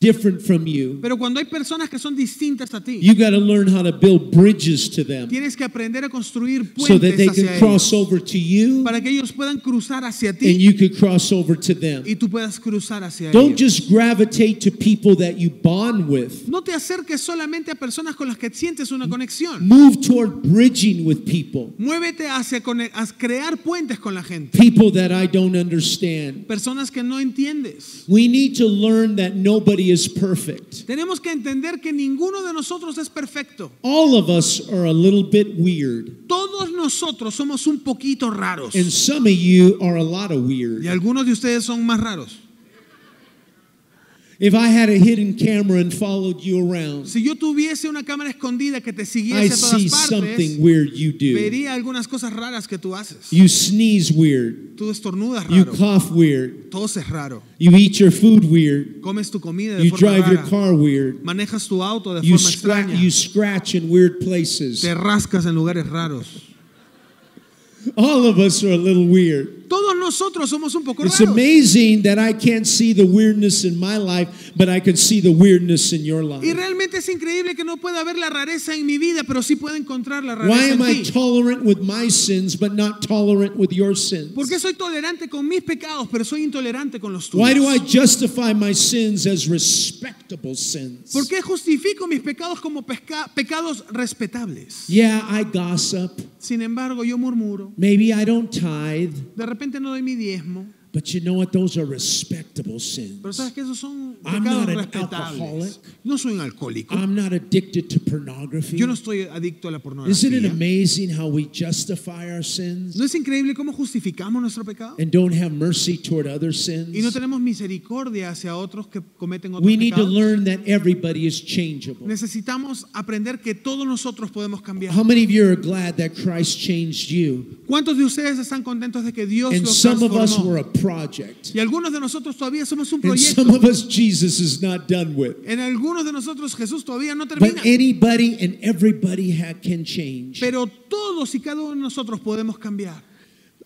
Speaker 2: Different from you.
Speaker 3: Pero cuando hay personas que son distintas a ti,
Speaker 2: You got to learn how to build bridges to them
Speaker 3: tienes que aprender a construir
Speaker 2: so that they
Speaker 3: puentes
Speaker 2: can
Speaker 3: hacia
Speaker 2: cross
Speaker 3: ellos
Speaker 2: over to you
Speaker 3: para que ellos puedan cruzar hacia
Speaker 2: and
Speaker 3: ti
Speaker 2: you could cross over to them.
Speaker 3: y tú puedas cruzar hacia
Speaker 2: Don't
Speaker 3: ellos.
Speaker 2: just gravitate to people that you bond with.
Speaker 3: No te acerques solamente a personas con las que sientes
Speaker 2: Mm.
Speaker 3: una conexión.
Speaker 2: Move toward bridging with people,
Speaker 3: Muévete hacia cone- a crear puentes con la gente,
Speaker 2: people that I don't understand.
Speaker 3: personas que no entiendes.
Speaker 2: We need to learn that nobody is perfect.
Speaker 3: Tenemos que entender que ninguno de nosotros es perfecto.
Speaker 2: All of us are a little bit weird,
Speaker 3: Todos nosotros somos un poquito raros.
Speaker 2: and some of you are a lot of
Speaker 3: Y
Speaker 2: weird.
Speaker 3: algunos de ustedes son más raros.
Speaker 2: If I had a hidden camera and followed you around,
Speaker 3: Si yo tuviese una cámara escondida que te
Speaker 2: I
Speaker 3: siguiese a
Speaker 2: see
Speaker 3: todas
Speaker 2: something
Speaker 3: partes,
Speaker 2: weird you do.
Speaker 3: vería algunas cosas raras que tú haces.
Speaker 2: You sneeze weird,
Speaker 3: Tú estornudas
Speaker 2: you
Speaker 3: raro,
Speaker 2: cough weird,
Speaker 3: toses raro,
Speaker 2: you eat your food weird,
Speaker 3: comes tu comida de
Speaker 2: you
Speaker 3: forma
Speaker 2: drive your
Speaker 3: rara,
Speaker 2: car weird,
Speaker 3: manejas tu auto de
Speaker 2: you,
Speaker 3: forma
Speaker 2: scra-
Speaker 3: extraña,
Speaker 2: you scratch in weird places.
Speaker 3: te rascas en lugares raros.
Speaker 2: All of us are a little weird.
Speaker 3: Todos nosotros somos un poco
Speaker 2: It's
Speaker 3: raros.
Speaker 2: amazing that I can't see the weirdness in my life, but I can see the weirdness in your
Speaker 3: Y
Speaker 2: life.
Speaker 3: realmente es increíble que no pueda ver la rareza en mi vida, pero sí pueda encontrar la
Speaker 2: Why
Speaker 3: rareza
Speaker 2: am I
Speaker 3: en ti.
Speaker 2: tolerant with my sins, but not tolerant with your sins?
Speaker 3: ¿Por qué soy tolerante con mis pecados, pero soy intolerante con los tuyos?
Speaker 2: Why do I justify my sins as respectable sins?
Speaker 3: ¿Por qué justifico mis pecados como pesca- pecados respetables?
Speaker 2: Yeah, I gossip.
Speaker 3: Sin embargo, yo murmuro,
Speaker 2: Maybe I don't tithe.
Speaker 3: de repente no doy mi diezmo,
Speaker 2: But you know what? Those are respectable sins.
Speaker 3: Pero sabes que esos son
Speaker 2: I'm
Speaker 3: pecados
Speaker 2: not an
Speaker 3: respetables.
Speaker 2: alcoholic.
Speaker 3: No soy un alcohólico.
Speaker 2: I'm not addicted to pornography.
Speaker 3: Yo no estoy adicto a
Speaker 2: Isn't
Speaker 3: la
Speaker 2: it
Speaker 3: pornografía.
Speaker 2: amazing how we justify our sins
Speaker 3: ¿No es increíble cómo justificamos nuestro pecado?
Speaker 2: and don't have mercy toward other sins?
Speaker 3: Y no tenemos misericordia hacia otros que cometen otros
Speaker 2: we need to
Speaker 3: pecados.
Speaker 2: learn that everybody is changeable.
Speaker 3: Necesitamos aprender que todos nosotros podemos cambiar.
Speaker 2: How many of you are glad that Christ changed you?
Speaker 3: ¿Cuántos de ustedes están contentos de que Dios
Speaker 2: And
Speaker 3: los
Speaker 2: some of us were
Speaker 3: transformó?
Speaker 2: a project.
Speaker 3: Y algunos de nosotros todavía somos un
Speaker 2: And some
Speaker 3: proyecto.
Speaker 2: of us Jesus is not done with.
Speaker 3: En algunos de nosotros Jesús todavía no termina.
Speaker 2: But anybody and everybody ha- can change.
Speaker 3: Pero todos y cada uno de nosotros podemos cambiar.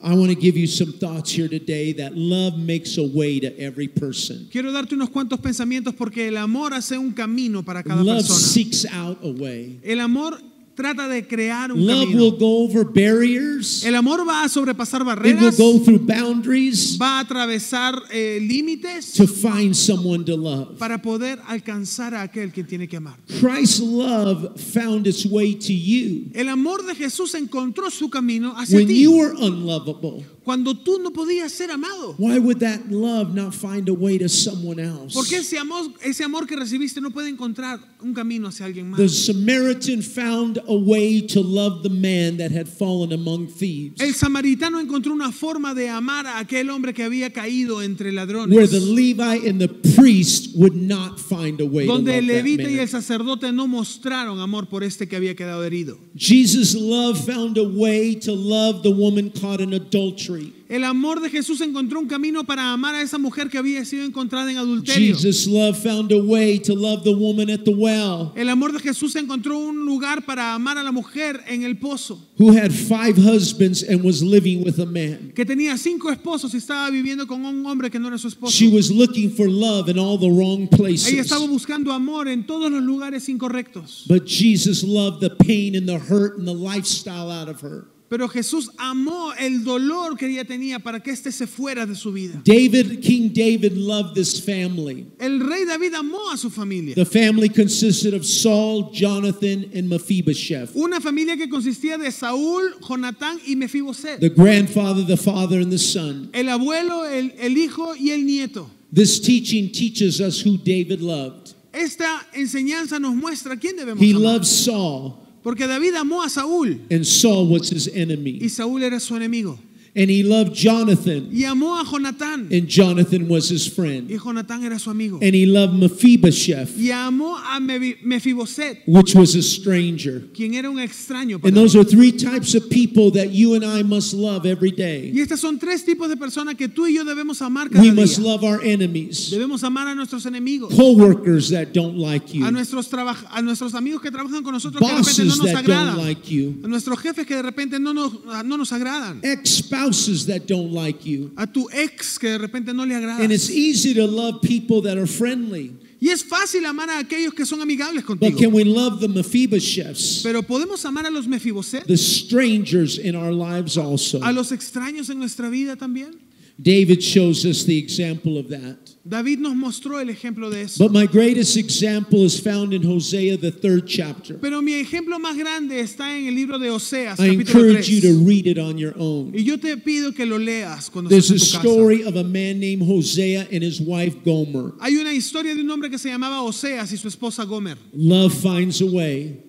Speaker 2: I want to give you some thoughts here today that love makes a way to every person.
Speaker 3: Quiero darte unos cuantos pensamientos porque el amor hace un camino para cada
Speaker 2: Love
Speaker 3: persona.
Speaker 2: seeks out a way.
Speaker 3: El amor trata de crear un
Speaker 2: Love will
Speaker 3: camino.
Speaker 2: go over barriers.
Speaker 3: El amor va a sobrepasar
Speaker 2: It will
Speaker 3: barreras,
Speaker 2: go through boundaries
Speaker 3: va a atravesar eh, límites
Speaker 2: to find someone to love.
Speaker 3: para poder alcanzar a aquel que tiene que amar.
Speaker 2: Christ's love found its way to you
Speaker 3: El amor de Jesús encontró su camino hacia
Speaker 2: when
Speaker 3: ti
Speaker 2: you were unlovable.
Speaker 3: cuando tú no podías ser amado.
Speaker 2: Why would that love not find a way to someone
Speaker 3: Porque
Speaker 2: else?
Speaker 3: ese amor, ese amor que recibiste no puede encontrar un camino hacia alguien
Speaker 2: The
Speaker 3: más.
Speaker 2: Samaritan found a way to love the man that had fallen among
Speaker 3: El
Speaker 2: thieves.
Speaker 3: samaritano encontró una forma de amar a aquel hombre que había caído entre
Speaker 2: Where the
Speaker 3: ladrones.
Speaker 2: Levite and the priest would not find a way to love
Speaker 3: donde el
Speaker 2: that
Speaker 3: levita y el
Speaker 2: man.
Speaker 3: sacerdote no mostraron amor por este que había quedado herido.
Speaker 2: Jesus' love found a way to love the woman caught in adultery.
Speaker 3: El amor de Jesús encontró un camino para amar a esa mujer que había sido encontrada en adulterio.
Speaker 2: Jesus' love found a way to love the woman at the well
Speaker 3: El amor de Jesús encontró un lugar para amar a la mujer en el pozo,
Speaker 2: who had five husbands and was living with a man.
Speaker 3: que tenía cinco esposos y estaba viviendo con un hombre que no era su esposo.
Speaker 2: She was looking for love in all the wrong
Speaker 3: Ella estaba
Speaker 2: places.
Speaker 3: buscando amor en todos los lugares incorrectos.
Speaker 2: But Jesus loved the pain and the hurt and the lifestyle out of her.
Speaker 3: Pero Jesús amó el dolor que ella tenía para que éste se fuera de su vida.
Speaker 2: David, King David loved this family.
Speaker 3: El rey David amó a su familia.
Speaker 2: The family consisted of Saul, Jonathan, and Mephibosheth.
Speaker 3: Una familia que consistía de Saúl, Jonatán y Mefiboset.
Speaker 2: The grandfather, the father, and the son.
Speaker 3: El abuelo, el, el hijo y el nieto.
Speaker 2: This teaching teaches us who David loved.
Speaker 3: Esta enseñanza nos muestra quién debemos
Speaker 2: He
Speaker 3: amar.
Speaker 2: loved Saul,
Speaker 3: Porque David amó a Saúl
Speaker 2: and Saul was his enemy.
Speaker 3: y Saúl era su enemigo.
Speaker 2: And he loved Jonathan,
Speaker 3: Y amó a Jonatán
Speaker 2: and Jonathan was his
Speaker 3: y
Speaker 2: friend.
Speaker 3: Jonatán era su amigo.
Speaker 2: And he loved Mephibosheth,
Speaker 3: Y amó a Mebi- Mefiboset,
Speaker 2: which was a stranger.
Speaker 3: quien era un extraño. para
Speaker 2: And
Speaker 3: él.
Speaker 2: those are three types of people that you and I must love every
Speaker 3: Y
Speaker 2: day.
Speaker 3: estas son tres tipos de personas que tú y yo debemos amar cada
Speaker 2: We must
Speaker 3: día.
Speaker 2: love our enemies,
Speaker 3: Debemos amar a nuestros enemigos,
Speaker 2: co-workers that don't like
Speaker 3: a
Speaker 2: you,
Speaker 3: nuestros, traba- a nuestros amigos que trabajan con nosotros que de repente
Speaker 2: bosses
Speaker 3: no nos
Speaker 2: that don't
Speaker 3: agradan.
Speaker 2: like you,
Speaker 3: a nuestros jefes que de repente no nos, no nos agradan,
Speaker 2: ex-spouses that don't like you.
Speaker 3: a tu ex que de repente no le agrada.
Speaker 2: And it's easy to love people that are friendly,
Speaker 3: Y es fácil amar a aquellos que son amigables
Speaker 2: but can
Speaker 3: contigo,
Speaker 2: we love the Mephibosheths,
Speaker 3: pero podemos amar a los mefiboset,
Speaker 2: the strangers in our lives also?
Speaker 3: a los extraños en nuestra vida también.
Speaker 2: David shows us the example of that.
Speaker 3: David nos mostró el ejemplo de eso.
Speaker 2: But my greatest example is found in Hosea, the third chapter.
Speaker 3: Pero mi ejemplo más grande está en el libro de Oseas,
Speaker 2: I
Speaker 3: capítulo
Speaker 2: encourage you
Speaker 3: 3.
Speaker 2: to read it on your own.
Speaker 3: Y yo te pido que lo leas cuando
Speaker 2: There's a
Speaker 3: estés en tu casa.
Speaker 2: story of a man named Hosea and his wife Gomer.
Speaker 3: Hay una historia de un hombre que se llamaba Oseas y su esposa Gomer.
Speaker 2: Love finds a way.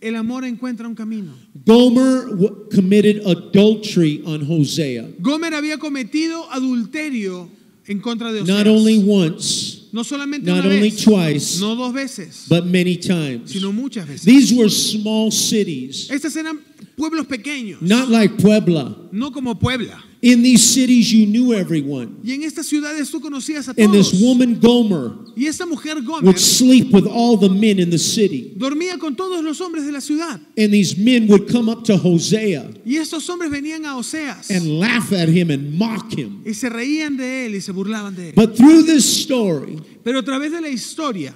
Speaker 3: El amor encuentra un camino.
Speaker 2: Gomer w- committed adultery on Hosea,
Speaker 3: Gomer había cometido adulterio en contra de Oseas.
Speaker 2: not only once,
Speaker 3: no solamente
Speaker 2: not
Speaker 3: una
Speaker 2: only
Speaker 3: vez,
Speaker 2: twice,
Speaker 3: no dos veces,
Speaker 2: but many times.
Speaker 3: sino muchas veces.
Speaker 2: These were small cities,
Speaker 3: Estos eran pueblos pequeños,
Speaker 2: not like Puebla.
Speaker 3: no como Puebla.
Speaker 2: In these cities, you knew everyone.
Speaker 3: Y en estas ciudades tú conocías a
Speaker 2: And
Speaker 3: todos.
Speaker 2: this woman Gomer
Speaker 3: y esta mujer Gomer
Speaker 2: would sleep with all the men in the city.
Speaker 3: dormía con todos los hombres de la ciudad.
Speaker 2: And these men would come up to Hosea
Speaker 3: Y estos hombres venían a Oseas
Speaker 2: and laugh at him and mock him.
Speaker 3: y se reían de él y se burlaban de él.
Speaker 2: But through this story,
Speaker 3: Pero a través de la historia,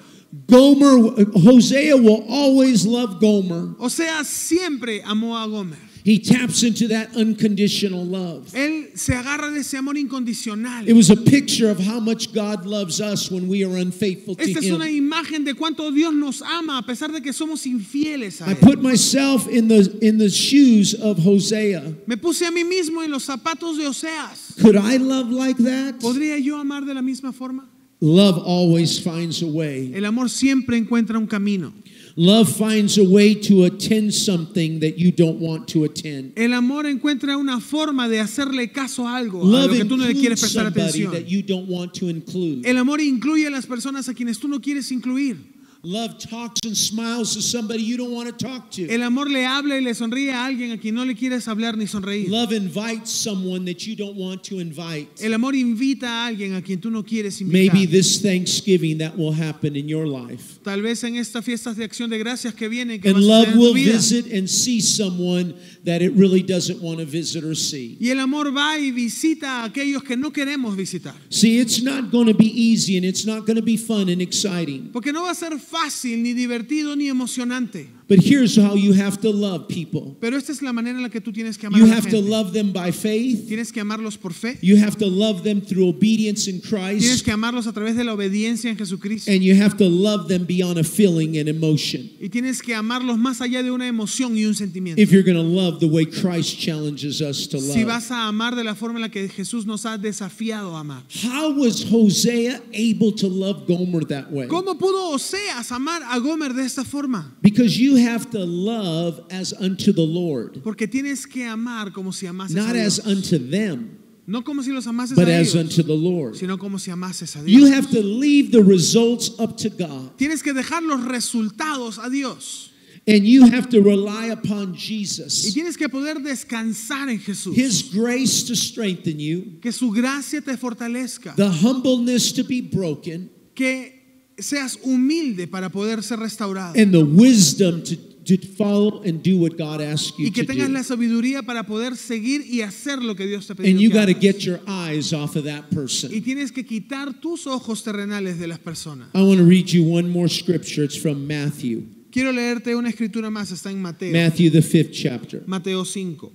Speaker 2: Gomer, Hosea will always love Gomer.
Speaker 3: Oseas siempre amó a Gomer.
Speaker 2: He taps into that unconditional love.
Speaker 3: Él se agarra de ese amor incondicional.
Speaker 2: It was a picture of how much God loves us when we are unfaithful to
Speaker 3: Esta es una
Speaker 2: Him.
Speaker 3: imagen de cuánto Dios nos ama a pesar de que somos infieles a
Speaker 2: I
Speaker 3: Él.
Speaker 2: put myself in the in the shoes of Hosea.
Speaker 3: Me puse a mí mismo en los zapatos de Oseas.
Speaker 2: Could I love like that?
Speaker 3: ¿Podría yo amar de la misma forma?
Speaker 2: Love always finds a way.
Speaker 3: El amor siempre encuentra un camino.
Speaker 2: Love finds a way to attend something that you don't want to attend.
Speaker 3: El amor encuentra una forma de hacerle caso a algo, a
Speaker 2: Love
Speaker 3: lo que tú no le
Speaker 2: includes
Speaker 3: quieres prestar
Speaker 2: somebody
Speaker 3: atención.
Speaker 2: that you don't want to include.
Speaker 3: El amor incluye a las personas a quienes tú no quieres incluir.
Speaker 2: Love talks and smiles to somebody you don't want to talk to.
Speaker 3: El amor le habla y le sonríe a alguien a quien no le quieres hablar ni sonreír.
Speaker 2: Love invites someone that you don't want to invite.
Speaker 3: El amor invita a alguien a quien tú no quieres invitar.
Speaker 2: Maybe this Thanksgiving that will happen in your life.
Speaker 3: Tal vez en estas fiestas de acción de gracias que vienen, que
Speaker 2: And
Speaker 3: van a
Speaker 2: love
Speaker 3: suceder en tu
Speaker 2: will
Speaker 3: vida.
Speaker 2: visit and see someone that it really doesn't want to visit or see.
Speaker 3: Y el amor va y visita a aquellos que no queremos visitar.
Speaker 2: See, it's not going to be easy and it's not going to be fun and exciting.
Speaker 3: Porque no va a ser fácil, ni divertido, ni emocionante.
Speaker 2: But here's how you have to love people
Speaker 3: Pero esta es la manera en la que tú tienes que amar
Speaker 2: you
Speaker 3: a la
Speaker 2: have to
Speaker 3: gente.
Speaker 2: love them by faith,
Speaker 3: Tienes que amarlos por fe.
Speaker 2: you have to love them through obedience in
Speaker 3: Tienes
Speaker 2: Christ,
Speaker 3: que amarlos a través de la obediencia en Jesucristo.
Speaker 2: and you have to love them beyond a feeling and emotion
Speaker 3: Y tienes que amarlos más allá de una emoción y un sentimiento.
Speaker 2: if you're going to love the way Christ challenges us to
Speaker 3: Si
Speaker 2: love.
Speaker 3: vas a amar de la forma en la que Jesús nos ha desafiado a amar.
Speaker 2: How was Hosea able to love Gomer that way?
Speaker 3: ¿Cómo pudo Oseas amar a Gomer de esta forma?
Speaker 2: Because you have to love as unto the Lord,
Speaker 3: Porque tienes que amar como si amases a
Speaker 2: not as
Speaker 3: Dios.
Speaker 2: unto them,
Speaker 3: no como si los amases
Speaker 2: but
Speaker 3: a
Speaker 2: as
Speaker 3: ellos,
Speaker 2: unto the Lord.
Speaker 3: sino como si amases a Dios.
Speaker 2: You have to leave the results up to God,
Speaker 3: Tienes que dejar los resultados a Dios
Speaker 2: and you have to rely upon
Speaker 3: y
Speaker 2: Jesus,
Speaker 3: tienes que poder descansar en Jesús.
Speaker 2: His grace to strengthen you,
Speaker 3: que su gracia te fortalezca,
Speaker 2: the humbleness to be broken,
Speaker 3: que seas humilde para poder ser restaurado
Speaker 2: and the wisdom to, to follow and do what God asks you
Speaker 3: y que
Speaker 2: to
Speaker 3: tengas la
Speaker 2: do.
Speaker 3: sabiduría para poder seguir y hacer lo que Dios te
Speaker 2: And you
Speaker 3: pidió. que
Speaker 2: got to
Speaker 3: hagas.
Speaker 2: get your eyes off of that person.
Speaker 3: Y tienes que quitar tus ojos terrenales de las personas.
Speaker 2: I want to read you one more scripture. It's from Matthew,
Speaker 3: Quiero leerte una escritura más, está en Mateo,
Speaker 2: Matthew, the fifth chapter.
Speaker 3: Mateo 5.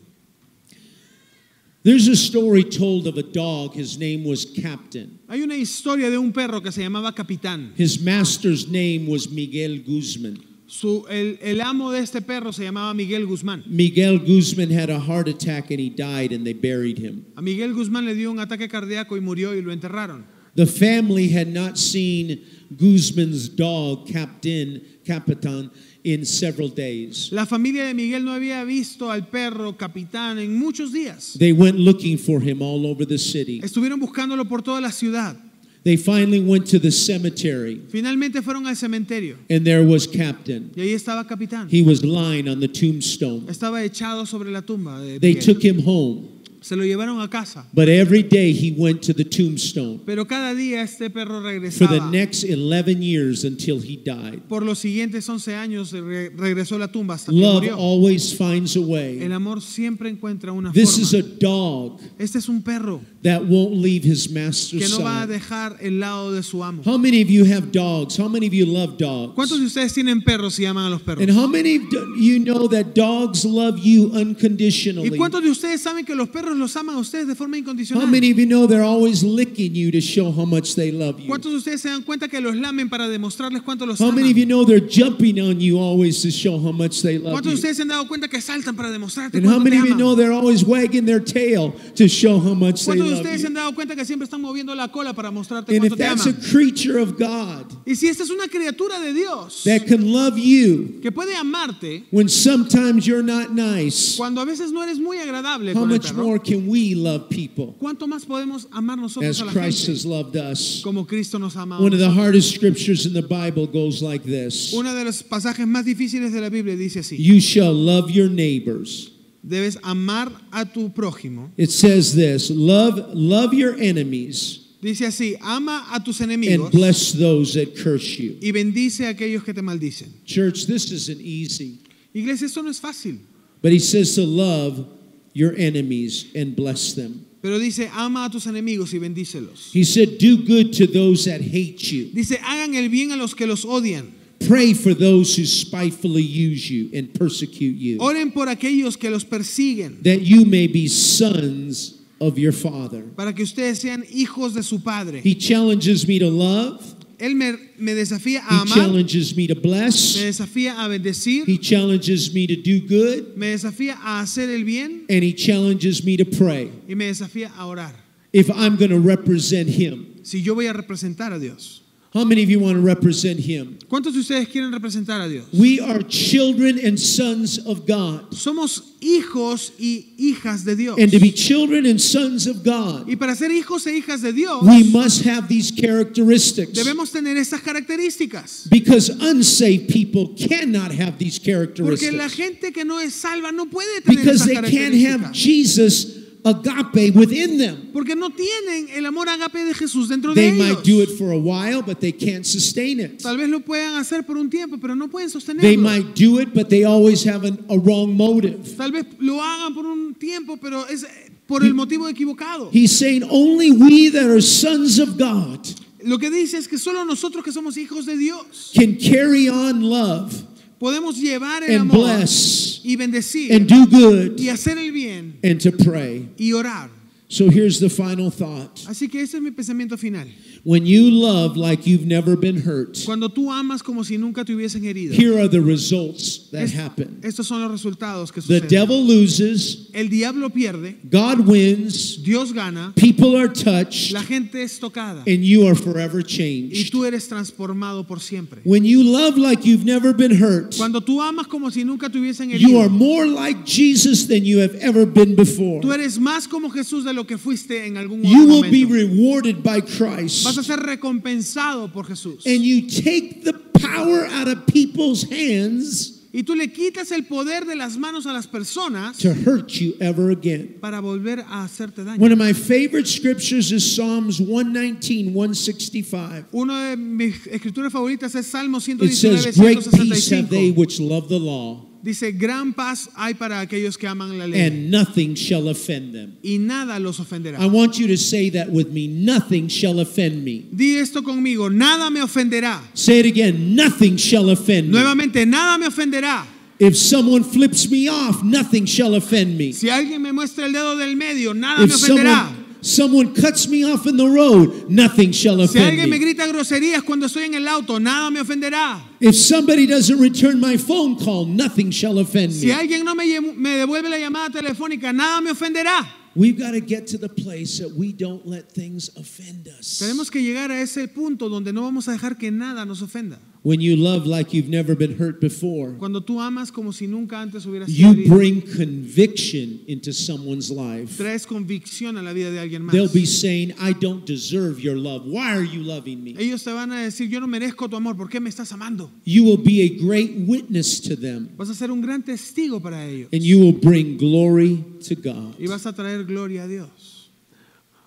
Speaker 2: There's a story told of a dog. His name was Captain.
Speaker 3: Hay una historia de un perro que se llamaba Capitán.
Speaker 2: His master's name was Miguel Guzman.
Speaker 3: Su- el, el amo de este perro se llamaba Miguel Guzmán.
Speaker 2: Miguel Guzman had a heart attack and he died, and they buried him.
Speaker 3: A Miguel Guzmán le dio un ataque cardíaco y murió y lo enterraron.
Speaker 2: The family had not seen Guzman's dog, Captain Capitan, in several days.
Speaker 3: La familia de Miguel no había visto al perro capitán en muchos días.
Speaker 2: They went looking for him all over the city.
Speaker 3: Estuvieron buscándolo por toda la ciudad.
Speaker 2: They finally went to the cemetery,
Speaker 3: Finalmente fueron al cementerio
Speaker 2: and there was Captain.
Speaker 3: y ahí estaba capitán.
Speaker 2: He was lying on the tombstone.
Speaker 3: Estaba echado sobre la tumba. de
Speaker 2: They
Speaker 3: Miguel.
Speaker 2: took him home,
Speaker 3: Se lo llevaron a casa.
Speaker 2: but every day he went to the tombstone
Speaker 3: Pero cada día este perro
Speaker 2: for the
Speaker 3: regresaba.
Speaker 2: next 11 years until he died.
Speaker 3: Por los siguientes 11 años re- regresó a la tumba hasta que
Speaker 2: Love
Speaker 3: murió.
Speaker 2: always finds a
Speaker 3: El
Speaker 2: way.
Speaker 3: amor siempre encuentra una
Speaker 2: This is
Speaker 3: forma.
Speaker 2: a dog
Speaker 3: este es un perro
Speaker 2: that won't leave his
Speaker 3: que
Speaker 2: master's
Speaker 3: no va a
Speaker 2: side.
Speaker 3: dejar el lado de su amo.
Speaker 2: How many of you have dogs? How many of you love
Speaker 3: ¿Cuántos de
Speaker 2: dogs?
Speaker 3: ustedes tienen perros y aman a los perros?
Speaker 2: And how many of do- you know that dogs love you
Speaker 3: ¿Y
Speaker 2: unconditionally?
Speaker 3: cuántos de ustedes saben que los perros los aman a ustedes de forma
Speaker 2: How
Speaker 3: incondicional?
Speaker 2: many of you know they're always licking you to show how much they love you?
Speaker 3: ¿Cuántos de ustedes se dan cuenta que los lamen para demostrarles cuánto los
Speaker 2: How
Speaker 3: aman?
Speaker 2: many of you know they're jumping on you always to show how much they love
Speaker 3: ¿Cuántos de
Speaker 2: you?
Speaker 3: ustedes se han dado cuenta que saltan para demostrarte
Speaker 2: And how
Speaker 3: cuánto
Speaker 2: many
Speaker 3: te
Speaker 2: of you
Speaker 3: aman?
Speaker 2: know they're always wagging their tail to show how much they
Speaker 3: ¿Cuántos de
Speaker 2: love
Speaker 3: ustedes se han
Speaker 2: you?
Speaker 3: dado cuenta que siempre están moviendo la cola para mostrarte
Speaker 2: And if
Speaker 3: cuánto te
Speaker 2: that's a
Speaker 3: aman?
Speaker 2: creature of God
Speaker 3: Y si esta es una criatura de Dios
Speaker 2: that can love you
Speaker 3: que puede amarte
Speaker 2: when sometimes you're not nice,
Speaker 3: cuando a veces no eres muy agradable
Speaker 2: how
Speaker 3: con el
Speaker 2: much
Speaker 3: perro,
Speaker 2: more can we love people
Speaker 3: ¿cuánto más podemos amar nosotros
Speaker 2: as
Speaker 3: a la
Speaker 2: Christ
Speaker 3: gente
Speaker 2: has loved us?
Speaker 3: como Cristo nos ama?
Speaker 2: One of the hardest scriptures in the Bible goes like this
Speaker 3: Uno de los pasajes más difíciles de la Biblia dice así:
Speaker 2: You shall love your neighbors.
Speaker 3: Debes amar a tu prójimo
Speaker 2: It says this love love your enemies
Speaker 3: Dice así, ama a tus
Speaker 2: and
Speaker 3: enemigos
Speaker 2: bless those that curse you.
Speaker 3: y bendice a aquellos que te maldicen.
Speaker 2: Church, this isn't easy.
Speaker 3: Iglesia, esto no es fácil,
Speaker 2: But he says to love your enemies and bless them.
Speaker 3: pero dice, ama a tus enemigos y bendícelos.
Speaker 2: He said, Do good to those that hate you.
Speaker 3: Dice, hagan el bien a los que los odian.
Speaker 2: Pray for those who spitefully use you and persecute you,
Speaker 3: Oren por aquellos que los persiguen,
Speaker 2: that you may be sons of your Father.
Speaker 3: para que ustedes sean hijos de su Padre.
Speaker 2: He challenges me to love,
Speaker 3: Él me, me desafía a
Speaker 2: He
Speaker 3: amar,
Speaker 2: challenges me to
Speaker 3: me
Speaker 2: bless,
Speaker 3: desafía a bendecir,
Speaker 2: He challenges me to do good,
Speaker 3: me desafía a hacer el bien
Speaker 2: and He challenges me to pray
Speaker 3: y me desafía a orar.
Speaker 2: if I'm going to represent Him.
Speaker 3: Si yo voy a representar a Dios.
Speaker 2: How many of you want to represent Him?
Speaker 3: ¿Cuántos de ustedes quieren representar a Dios?
Speaker 2: We are children and sons of God.
Speaker 3: Somos hijos y hijas de Dios.
Speaker 2: And to be children and sons of God,
Speaker 3: Y para ser hijos e hijas de Dios,
Speaker 2: we must have these characteristics.
Speaker 3: debemos tener estas características.
Speaker 2: Because unsaved people cannot have these
Speaker 3: Porque la
Speaker 2: characteristics.
Speaker 3: gente que no es salva no puede tener
Speaker 2: Because
Speaker 3: esas
Speaker 2: they can't have
Speaker 3: características.
Speaker 2: Jesus agape within them.
Speaker 3: Porque no tienen el amor agape de Jesús dentro de
Speaker 2: They might do
Speaker 3: ellos.
Speaker 2: it for a while, but they can't sustain it.
Speaker 3: Tal vez lo puedan hacer por un tiempo, pero no pueden
Speaker 2: They
Speaker 3: sostenerlo.
Speaker 2: might do it, but they always have an, a wrong motive.
Speaker 3: Tal vez lo hagan por un tiempo, pero es eh, por el motivo equivocado.
Speaker 2: He's saying only we that are sons of God
Speaker 3: Lo que dice es que solo nosotros que somos hijos de Dios
Speaker 2: can carry on love
Speaker 3: podemos llevar el
Speaker 2: and
Speaker 3: amor
Speaker 2: bless
Speaker 3: y bendecir
Speaker 2: and do good
Speaker 3: y hacer el bien
Speaker 2: and to pray.
Speaker 3: y orar.
Speaker 2: So here's the final thought.
Speaker 3: Así que ese es mi pensamiento final.
Speaker 2: When you love like you've never been hurt,
Speaker 3: Cuando tú amas como si nunca te hubiesen herido.
Speaker 2: here are the results that
Speaker 3: Es-
Speaker 2: happen.
Speaker 3: estos son los resultados que
Speaker 2: The
Speaker 3: suceden.
Speaker 2: devil loses,
Speaker 3: el diablo pierde,
Speaker 2: God wins,
Speaker 3: Dios gana,
Speaker 2: people are touched,
Speaker 3: la gente es tocada
Speaker 2: and you are forever
Speaker 3: y
Speaker 2: changed.
Speaker 3: tú eres transformado por siempre.
Speaker 2: When you love like you've never been hurt,
Speaker 3: Cuando tú amas como si nunca te hubiesen
Speaker 2: you are
Speaker 3: herido,
Speaker 2: more like Jesus than you have ever been before.
Speaker 3: tú eres más como Jesús de lo que fuiste en algún otro
Speaker 2: You will be
Speaker 3: momento.
Speaker 2: rewarded by
Speaker 3: Vas a
Speaker 2: Christ,
Speaker 3: ser recompensado por Jesús.
Speaker 2: and you take the power out of people's hands
Speaker 3: Y tú le quitas el poder de las manos a las personas
Speaker 2: to hurt you ever again.
Speaker 3: para volver a hacerte daño.
Speaker 2: One of my favorite scriptures is Psalms 119, 165.
Speaker 3: Una de mis escrituras favoritas es Salmo
Speaker 2: It
Speaker 3: 119,
Speaker 2: says, Great peace have they
Speaker 3: 165.
Speaker 2: which love the law,
Speaker 3: Dice, gran paz hay para aquellos que aman la ley.
Speaker 2: and nothing shall offend them.
Speaker 3: y nada los ofenderá.
Speaker 2: I want you to say that with me. Nothing shall offend me.
Speaker 3: Di esto conmigo, nada me ofenderá.
Speaker 2: Say it again. Nothing shall offend me.
Speaker 3: Nuevamente, nada me ofenderá.
Speaker 2: If someone flips me off, nothing shall offend me.
Speaker 3: Si alguien me muestra el dedo del medio, nada
Speaker 2: If
Speaker 3: me ofenderá.
Speaker 2: someone, someone cuts me off in the road, nothing shall
Speaker 3: Si alguien
Speaker 2: offend me.
Speaker 3: me grita groserías cuando estoy en el auto, nada me ofenderá.
Speaker 2: If somebody doesn't return my phone call, nothing shall offend
Speaker 3: Si
Speaker 2: me.
Speaker 3: alguien no me, lle- me devuelve la llamada telefónica, nada me ofenderá.
Speaker 2: We've got to get to the place that we don't let things offend us.
Speaker 3: Tenemos que llegar a ese punto donde no vamos a dejar que nada nos ofenda.
Speaker 2: When you love like you've never been hurt before,
Speaker 3: Cuando tú amas como si nunca antes hubieras
Speaker 2: you
Speaker 3: sido herido,
Speaker 2: bring conviction into someone's life.
Speaker 3: traes convicción a la vida de alguien más.
Speaker 2: They'll be saying, I don't deserve your love. Why are you loving me?
Speaker 3: Ellos te van a decir, yo no merezco tu amor, ¿por qué me estás amando?
Speaker 2: You will be a great witness to them,
Speaker 3: Vas a ser un gran testigo para ellos.
Speaker 2: and you will bring glory to God.
Speaker 3: y vas a traer gloria a Dios.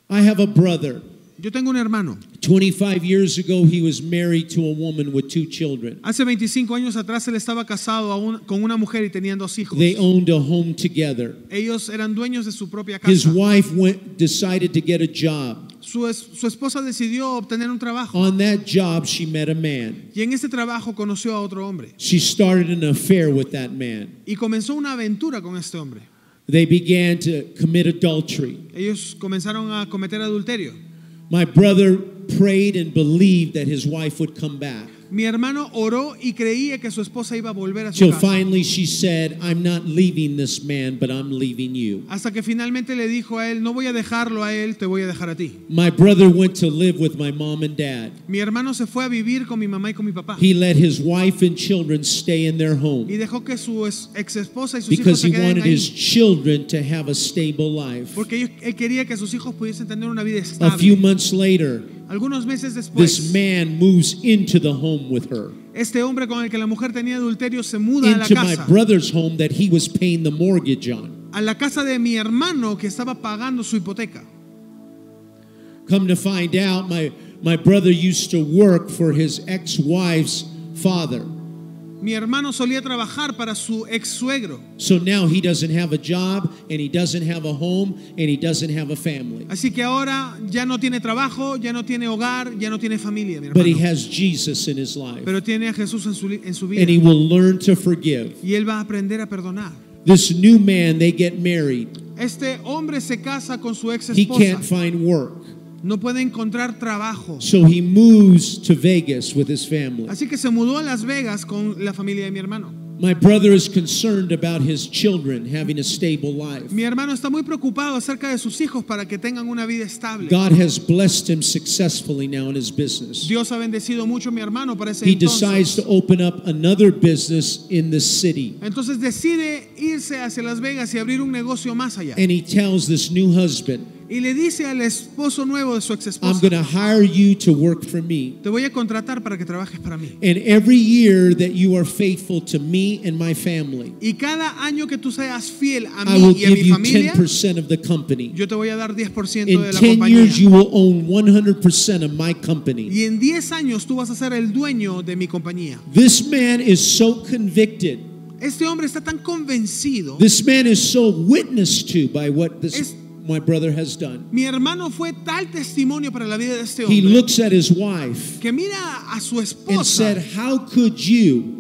Speaker 2: I have a brother.
Speaker 3: Yo tengo un hermano.
Speaker 2: 25 years ago, he was married to a woman with two children.
Speaker 3: Hace 25 años atrás él estaba casado a un- con una mujer y tenían dos hijos.
Speaker 2: They owned a home together.
Speaker 3: Ellos eran dueños de su propia
Speaker 2: His
Speaker 3: casa.
Speaker 2: wife went, decided to get a job.
Speaker 3: Su, es- su esposa decidió obtener un trabajo
Speaker 2: On that job, she met a man.
Speaker 3: y en ese trabajo conoció a otro hombre
Speaker 2: She started an affair with that man.
Speaker 3: y comenzó una aventura con este hombre.
Speaker 2: They began to commit adultery.
Speaker 3: Ellos comenzaron a cometer adulterio.
Speaker 2: My brother prayed and believed that his wife would come back.
Speaker 3: Mi hermano oró y creía que su esposa iba a volver a su
Speaker 2: Till
Speaker 3: casa.
Speaker 2: finally she said, I'm not leaving this man, but I'm leaving you.
Speaker 3: Hasta que finalmente le dijo a él, no voy a dejarlo a él, te voy a dejar a ti.
Speaker 2: My brother went to live with my mom and dad.
Speaker 3: Mi hermano se fue a vivir con mi mamá y con mi papá.
Speaker 2: He let his wife and children stay in their
Speaker 3: y
Speaker 2: home
Speaker 3: dejó que su es- ex esposa y sus hijos
Speaker 2: because
Speaker 3: se
Speaker 2: he
Speaker 3: queden
Speaker 2: wanted his
Speaker 3: ahí
Speaker 2: children to have a stable life.
Speaker 3: porque ellos- él quería que sus hijos pudiesen tener una vida
Speaker 2: A few
Speaker 3: estable.
Speaker 2: months later,
Speaker 3: Algunos meses después,
Speaker 2: this man moves into the home with her,
Speaker 3: este hombre con el que la mujer tenía adulterio se muda a la
Speaker 2: into my
Speaker 3: casa,
Speaker 2: brother's home that he was paying the mortgage on.
Speaker 3: a la casa de mi hermano que estaba pagando su hipoteca.
Speaker 2: Come to find out, my, my brother used to work for his ex wife's father.
Speaker 3: Mi hermano solía trabajar para su ex suegro.
Speaker 2: So now he doesn't have a job and he doesn't have a home and he doesn't have a family.
Speaker 3: Así que ahora ya no tiene trabajo, ya no tiene hogar, ya no tiene familia, mi
Speaker 2: But he
Speaker 3: hermano.
Speaker 2: has Jesus in his life
Speaker 3: Pero tiene a Jesús en su, li- en su
Speaker 2: and he
Speaker 3: vida.
Speaker 2: will learn to forgive.
Speaker 3: Y él va a aprender a perdonar.
Speaker 2: This new man, they get married.
Speaker 3: Este hombre se casa con su ex
Speaker 2: He can't
Speaker 3: esposa.
Speaker 2: find work.
Speaker 3: No puede encontrar trabajo.
Speaker 2: So he moves to Vegas with his family.
Speaker 3: Así que se mudó a Las Vegas con la familia de mi hermano.
Speaker 2: My brother is concerned about his children having a stable life.
Speaker 3: Mi hermano está muy preocupado acerca de sus hijos para que tengan una vida estable.
Speaker 2: God has blessed him successfully now in his business.
Speaker 3: Dios ha bendecido mucho a mi hermano para ese
Speaker 2: He
Speaker 3: entonces.
Speaker 2: decides to open up another business in the city.
Speaker 3: Entonces decide irse hacia Las Vegas y abrir un negocio más allá.
Speaker 2: And he tells this new husband,
Speaker 3: Y le dice al esposo nuevo de su ex
Speaker 2: I'm
Speaker 3: esposa,
Speaker 2: going to hire you to work for me.
Speaker 3: te voy a contratar para que trabajes para mí.
Speaker 2: And every year that you are faithful to me and my family,
Speaker 3: Y cada año que tú seas fiel a
Speaker 2: I will
Speaker 3: mí y a
Speaker 2: give
Speaker 3: mi
Speaker 2: you
Speaker 3: familia,
Speaker 2: 10% of the company.
Speaker 3: yo te voy a dar 10%
Speaker 2: In
Speaker 3: de la
Speaker 2: 10 years, you will
Speaker 3: compañía.
Speaker 2: own 100% of my company.
Speaker 3: Y en 10 años tú vas a ser el dueño de mi compañía.
Speaker 2: This man is so convicted.
Speaker 3: Este hombre está tan convencido.
Speaker 2: This man is so witnessed to by what this
Speaker 3: Es-
Speaker 2: my brother has done.
Speaker 3: Mi hermano fue tal testimonio para la vida de este
Speaker 2: He
Speaker 3: hombre
Speaker 2: looks at his wife
Speaker 3: que mira a su
Speaker 2: and
Speaker 3: esposa
Speaker 2: said, "How could you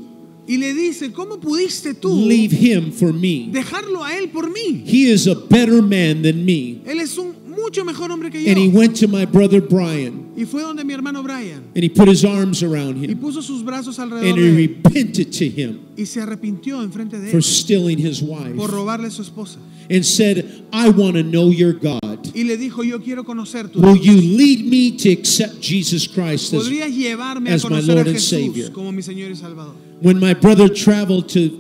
Speaker 3: y le dice, ¿cómo pudiste tú
Speaker 2: leave him for me?
Speaker 3: dejarlo a él por mí?
Speaker 2: He is a better man than me."
Speaker 3: Él es un mucho mejor hombre que
Speaker 2: And he
Speaker 3: yo.
Speaker 2: went to my brother Brian
Speaker 3: Y fue donde mi hermano Brian
Speaker 2: and he put his arms around
Speaker 3: y
Speaker 2: him
Speaker 3: puso sus brazos alrededor
Speaker 2: and
Speaker 3: de
Speaker 2: he
Speaker 3: él
Speaker 2: repented to him
Speaker 3: y se arrepintió enfrente de
Speaker 2: for
Speaker 3: él
Speaker 2: stealing his
Speaker 3: por
Speaker 2: wife
Speaker 3: robarle a su esposa.
Speaker 2: and said, "I want to know your God.
Speaker 3: Y le dijo, yo quiero conocer tu
Speaker 2: Will
Speaker 3: Dios.
Speaker 2: you lead me to accept Jesus Christ as
Speaker 3: ¿Podrías llevarme a
Speaker 2: as my
Speaker 3: conocer a
Speaker 2: Lord and
Speaker 3: Jesús
Speaker 2: Savior.
Speaker 3: como mi Señor y Salvador?
Speaker 2: When my brother traveled to,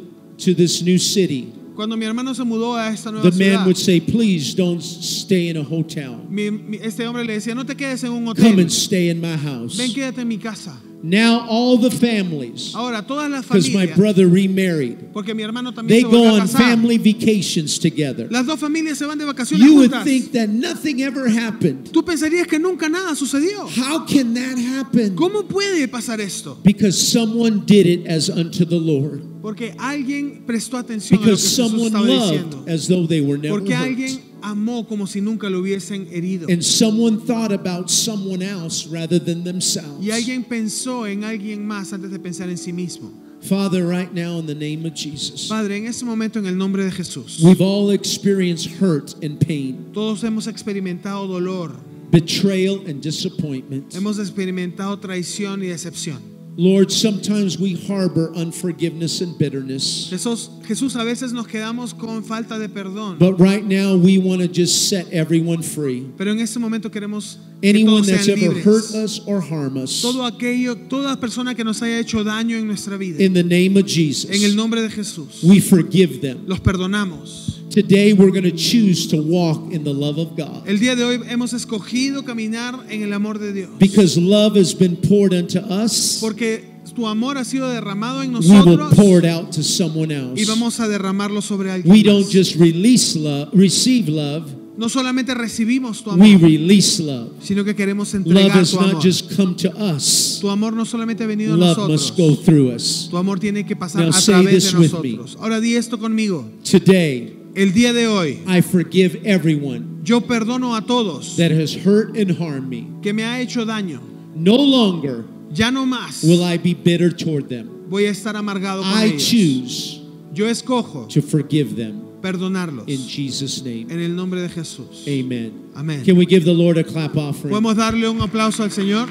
Speaker 2: to this new city,
Speaker 3: Cuando mi hermano se mudó a esta nueva
Speaker 2: the man
Speaker 3: ciudad,
Speaker 2: would say, Please don't stay in a hotel.
Speaker 3: mi- mi- este hombre le decía, no te quedes en un
Speaker 2: Come
Speaker 3: hotel,
Speaker 2: and stay in my house.
Speaker 3: ven quédate en mi casa.
Speaker 2: Now, all the families,
Speaker 3: Ahora, todas las
Speaker 2: because my
Speaker 3: familias,
Speaker 2: brother remarried,
Speaker 3: porque mi hermano también
Speaker 2: they
Speaker 3: se
Speaker 2: go
Speaker 3: volvió a
Speaker 2: on
Speaker 3: casar,
Speaker 2: family vacations together.
Speaker 3: las dos familias se van de vacaciones
Speaker 2: You would
Speaker 3: juntas.
Speaker 2: think that nothing ever happened.
Speaker 3: Tú pensarías que nunca nada sucedió.
Speaker 2: How can that happen?
Speaker 3: ¿Cómo puede pasar esto?
Speaker 2: Because someone did it as unto the Lord.
Speaker 3: Porque alguien prestó atención a lo que
Speaker 2: Because
Speaker 3: Jesús
Speaker 2: someone
Speaker 3: estaba diciendo.
Speaker 2: loved as though they were never
Speaker 3: Porque
Speaker 2: hurt.
Speaker 3: alguien amó como si nunca lo hubiesen herido.
Speaker 2: And someone thought about someone else rather than themselves.
Speaker 3: Y alguien pensó en alguien más antes de pensar en sí mismo.
Speaker 2: Father, right now, in the name of Jesus,
Speaker 3: Padre, en este momento, en el nombre de Jesús,
Speaker 2: we've all experienced hurt and pain,
Speaker 3: todos hemos experimentado dolor,
Speaker 2: betrayal and disappointment.
Speaker 3: hemos experimentado traición y decepción.
Speaker 2: Lord, sometimes we harbor unforgiveness and bitterness.
Speaker 3: Jesús, Jesús, a veces nos quedamos con falta de perdón,
Speaker 2: But right now, we want to just set everyone free.
Speaker 3: pero en este momento queremos que
Speaker 2: Anyone
Speaker 3: todos
Speaker 2: that's
Speaker 3: sean
Speaker 2: ever hurt
Speaker 3: libres.
Speaker 2: us or harm us,
Speaker 3: Todo aquello, toda persona que nos haya hecho daño en nuestra vida,
Speaker 2: in the name of
Speaker 3: en el
Speaker 2: Jesus,
Speaker 3: nombre de Jesús,
Speaker 2: we forgive them.
Speaker 3: los perdonamos.
Speaker 2: Today, we're going to choose to walk in the love of God
Speaker 3: El día de hoy hemos escogido caminar en el amor de Dios.
Speaker 2: because love has been poured unto us.
Speaker 3: Porque tu amor ha sido derramado en
Speaker 2: we will
Speaker 3: nosotros
Speaker 2: pour it out to someone
Speaker 3: y
Speaker 2: else.
Speaker 3: vamos a derramarlo sobre alguien.
Speaker 2: We don't
Speaker 3: más.
Speaker 2: just release love, receive love,
Speaker 3: no solamente recibimos tu amor,
Speaker 2: we release love.
Speaker 3: sino que queremos
Speaker 2: Love
Speaker 3: entregar
Speaker 2: has
Speaker 3: tu
Speaker 2: not
Speaker 3: amor.
Speaker 2: just come to us,
Speaker 3: Tu amor no solamente ha venido a
Speaker 2: love
Speaker 3: nosotros.
Speaker 2: must go through us.
Speaker 3: Tu amor tiene que pasar
Speaker 2: Now
Speaker 3: a
Speaker 2: say
Speaker 3: través
Speaker 2: this
Speaker 3: de
Speaker 2: with
Speaker 3: nosotros. Ahora di esto conmigo.
Speaker 2: Today,
Speaker 3: El día de hoy
Speaker 2: I forgive everyone
Speaker 3: yo perdono a todos
Speaker 2: that has hurt and harmed me.
Speaker 3: que me ha hecho daño.
Speaker 2: No longer
Speaker 3: Ya no más
Speaker 2: will I be bitter toward them.
Speaker 3: voy a estar amargado con
Speaker 2: I
Speaker 3: ellos.
Speaker 2: choose
Speaker 3: Yo escojo
Speaker 2: to forgive them
Speaker 3: perdonarlos
Speaker 2: in Jesus' name.
Speaker 3: en el nombre de Jesús.
Speaker 2: Amen.
Speaker 3: Amén.
Speaker 2: Can we give the Lord a clap offering?
Speaker 3: Podemos darle un aplauso al Señor.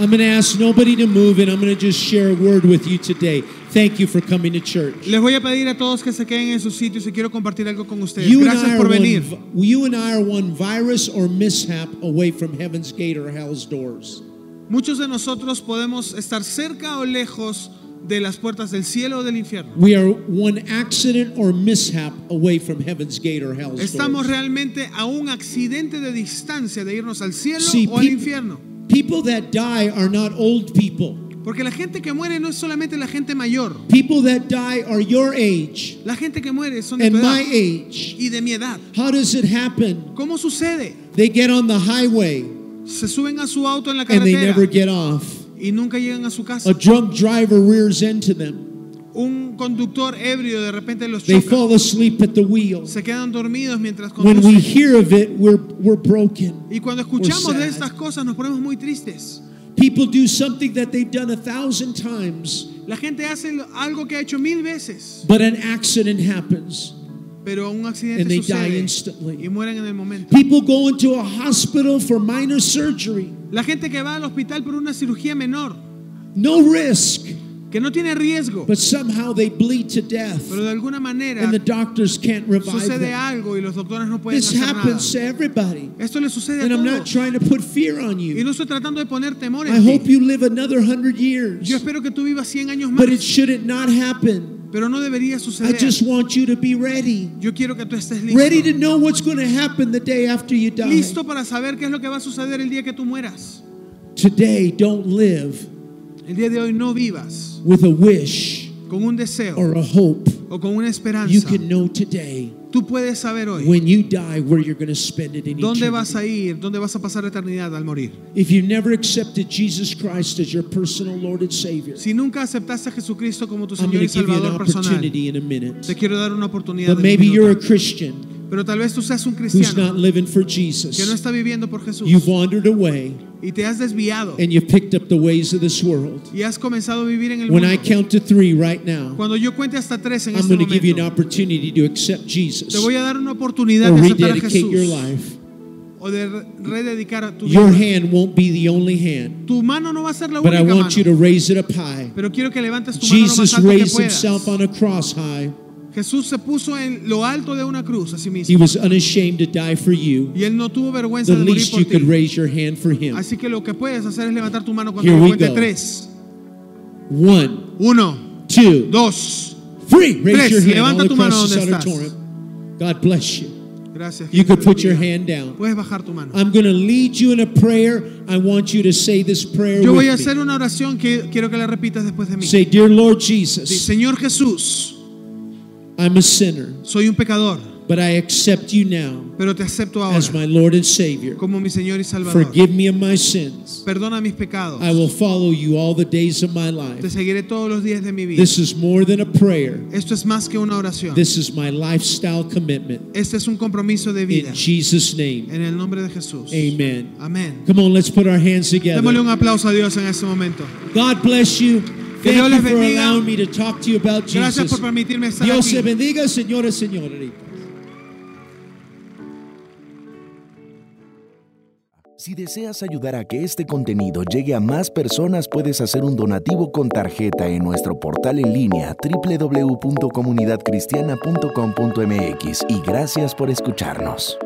Speaker 2: I'm going to ask nobody to move, and I'm going to just share a word with you today. Thank you for coming to church.
Speaker 3: Les voy a pedir a todos que se queden en sus sitios y quiero compartir algo con ustedes.
Speaker 2: You and,
Speaker 3: Gracias
Speaker 2: I
Speaker 3: por
Speaker 2: are one,
Speaker 3: venir.
Speaker 2: vi- you and I are one virus or mishap away from heaven's gate or hell's doors.
Speaker 3: Muchos de nosotros podemos estar cerca o lejos de las puertas del cielo o del infierno.
Speaker 2: We are one accident or mishap away from heaven's gate or hell's
Speaker 3: Estamos
Speaker 2: doors.
Speaker 3: realmente a un accidente de distancia de irnos al cielo
Speaker 2: Sí,
Speaker 3: o al
Speaker 2: pi-
Speaker 3: infierno.
Speaker 2: People that die are not old people.
Speaker 3: Porque la gente que muere no es solamente la gente mayor.
Speaker 2: People that die are your age
Speaker 3: La gente que muere son de tu
Speaker 2: and
Speaker 3: edad
Speaker 2: my age.
Speaker 3: y de mi edad.
Speaker 2: How does it happen?
Speaker 3: ¿Cómo sucede?
Speaker 2: They get on the highway
Speaker 3: Se suben a su auto en la
Speaker 2: and they
Speaker 3: carretera
Speaker 2: never get off.
Speaker 3: y nunca llegan a su casa.
Speaker 2: A drunk driver rears into them.
Speaker 3: Un conductor ebrio de repente los
Speaker 2: They
Speaker 3: choca.
Speaker 2: fall asleep at the wheel.
Speaker 3: Se quedan dormidos mientras
Speaker 2: When we
Speaker 3: conducen.
Speaker 2: hear of it, we're, we're broken.
Speaker 3: Y cuando escuchamos
Speaker 2: sad.
Speaker 3: de estas cosas nos ponemos muy tristes.
Speaker 2: People do something that they've done a thousand times,
Speaker 3: La gente hace lo- algo que ha hecho mil veces,
Speaker 2: but an accident happens.
Speaker 3: pero
Speaker 2: And
Speaker 3: un
Speaker 2: they
Speaker 3: accidente
Speaker 2: die
Speaker 3: sucede
Speaker 2: instantly.
Speaker 3: y mueren en el momento.
Speaker 2: People go into a hospital for minor surgery,
Speaker 3: La gente que va al hospital por una cirugía menor,
Speaker 2: no risk,
Speaker 3: que no tiene riesgo,
Speaker 2: but somehow they bleed to death,
Speaker 3: pero de alguna manera
Speaker 2: and the doctors can't revive
Speaker 3: sucede
Speaker 2: them.
Speaker 3: algo y los doctores no pueden
Speaker 2: This
Speaker 3: hacer nada.
Speaker 2: happens to everybody.
Speaker 3: Esto le sucede a
Speaker 2: And I'm not
Speaker 3: todos.
Speaker 2: trying to put fear on
Speaker 3: Y
Speaker 2: you.
Speaker 3: no estoy tratando de poner temor
Speaker 2: I
Speaker 3: en
Speaker 2: hope
Speaker 3: ti.
Speaker 2: you live another hundred years,
Speaker 3: Yo espero que tú vivas 100 años más,
Speaker 2: but it shouldn't not happen.
Speaker 3: pero no debería
Speaker 2: I
Speaker 3: suceder.
Speaker 2: just want you to be ready.
Speaker 3: Yo quiero que tú estés
Speaker 2: Ready to
Speaker 3: listo.
Speaker 2: know what's going to happen the day after you die.
Speaker 3: Listo para saber qué es lo que va a suceder el día que tú mueras.
Speaker 2: Today, don't live
Speaker 3: El día de hoy no vivas
Speaker 2: with a wish
Speaker 3: con un deseo
Speaker 2: or a hope.
Speaker 3: o con una
Speaker 2: You
Speaker 3: esperanza.
Speaker 2: can know today
Speaker 3: Tú puedes saber hoy
Speaker 2: when you die where you're going to spend it in
Speaker 3: dónde vas
Speaker 2: eternity.
Speaker 3: a ir, dónde vas a pasar la eternidad al morir.
Speaker 2: If you've never accepted Jesus Christ as your personal Lord and Savior,
Speaker 3: Si nunca aceptaste a Jesucristo como tu
Speaker 2: I'm
Speaker 3: Señor
Speaker 2: going
Speaker 3: y
Speaker 2: to give you an
Speaker 3: Salvador personal,
Speaker 2: opportunity in a minute.
Speaker 3: te quiero dar una oportunidad.
Speaker 2: But
Speaker 3: de
Speaker 2: maybe you're a
Speaker 3: minuto.
Speaker 2: Christian
Speaker 3: Pero tal vez tú seas un
Speaker 2: who's not
Speaker 3: cristiano
Speaker 2: living for
Speaker 3: que no
Speaker 2: Jesus.
Speaker 3: está viviendo por Jesús
Speaker 2: You've wandered away
Speaker 3: y te has desviado
Speaker 2: and you've picked up the ways of this world.
Speaker 3: y has comenzado a vivir en el
Speaker 2: When
Speaker 3: mundo.
Speaker 2: I count to three right now,
Speaker 3: Cuando yo cuente hasta tres en
Speaker 2: I'm
Speaker 3: este
Speaker 2: going to give you an
Speaker 3: momento,
Speaker 2: opportunity to accept Jesus
Speaker 3: te voy a dar una
Speaker 2: or
Speaker 3: oportunidad de aceptar a
Speaker 2: rededicate your
Speaker 3: Jesús
Speaker 2: life.
Speaker 3: o de re- rededicar a tu
Speaker 2: Your
Speaker 3: vida.
Speaker 2: hand won't be the only hand,
Speaker 3: Tu mano no va a ser la
Speaker 2: but I
Speaker 3: única mano,
Speaker 2: want you to raise it up high.
Speaker 3: pero quiero que levantes tu mano lo más
Speaker 2: Jesus
Speaker 3: alto que
Speaker 2: raised himself
Speaker 3: puedas.
Speaker 2: on a cross high.
Speaker 3: Jesús se puso en lo alto de una cruz a sí
Speaker 2: He
Speaker 3: mismo
Speaker 2: was unashamed to die for you.
Speaker 3: y él no tuvo vergüenza
Speaker 2: The
Speaker 3: de morir
Speaker 2: least
Speaker 3: por
Speaker 2: you could
Speaker 3: ti.
Speaker 2: raise your hand for him.
Speaker 3: Así que lo que puedes hacer es levantar tu mano cuando
Speaker 2: Here
Speaker 3: yo
Speaker 2: we
Speaker 3: cuente
Speaker 2: go.
Speaker 3: tres.
Speaker 2: One,
Speaker 3: Uno,
Speaker 2: two,
Speaker 3: dos.
Speaker 2: three. Raise
Speaker 3: tres.
Speaker 2: your hand all
Speaker 3: Levanta tu mano
Speaker 2: across this
Speaker 3: donde estás.
Speaker 2: auditorium. God bless you.
Speaker 3: Gracias.
Speaker 2: You
Speaker 3: gente
Speaker 2: could put your
Speaker 3: bendiga.
Speaker 2: hand down.
Speaker 3: Puedes bajar tu mano.
Speaker 2: I'm going to lead you in a prayer. I want you to say this prayer
Speaker 3: Yo voy a
Speaker 2: with
Speaker 3: hacer
Speaker 2: me.
Speaker 3: una oración que quiero que la repitas después de mí.
Speaker 2: Say, Dear Lord
Speaker 3: Di,
Speaker 2: Jesus,
Speaker 3: Señor Jesús,
Speaker 2: I'm a sinner,
Speaker 3: soy un pecador,
Speaker 2: but I accept you now
Speaker 3: pero te acepto
Speaker 2: as my
Speaker 3: ahora
Speaker 2: Lord and Savior.
Speaker 3: como mi Señor y Salvador.
Speaker 2: Forgive me of my sins.
Speaker 3: Perdona mis pecados.
Speaker 2: I will follow you all the days of my
Speaker 3: Te
Speaker 2: life.
Speaker 3: seguiré todos los días de mi vida.
Speaker 2: This is more than a prayer.
Speaker 3: Esto es más que una oración.
Speaker 2: This is my lifestyle commitment.
Speaker 3: Este es un compromiso de vida.
Speaker 2: In Jesus' name.
Speaker 3: En el nombre de Jesús.
Speaker 2: Amen.
Speaker 3: Amén.
Speaker 2: Come on, let's put our hands
Speaker 3: Démosle
Speaker 2: together.
Speaker 3: un aplauso a Dios en este momento.
Speaker 2: God bless you.
Speaker 3: Que
Speaker 2: Thank
Speaker 3: Dios
Speaker 2: you
Speaker 3: les
Speaker 2: for
Speaker 3: bendiga.
Speaker 2: allowing me to talk to you about
Speaker 3: Gracias
Speaker 2: Jesus.
Speaker 3: por permitirme estar
Speaker 2: Dios se
Speaker 3: aquí.
Speaker 2: bendiga, señores, señores.
Speaker 4: Si deseas ayudar a que este contenido llegue a más personas, puedes hacer un donativo con tarjeta en nuestro portal en línea www.comunidadcristiana.com.mx y gracias por escucharnos.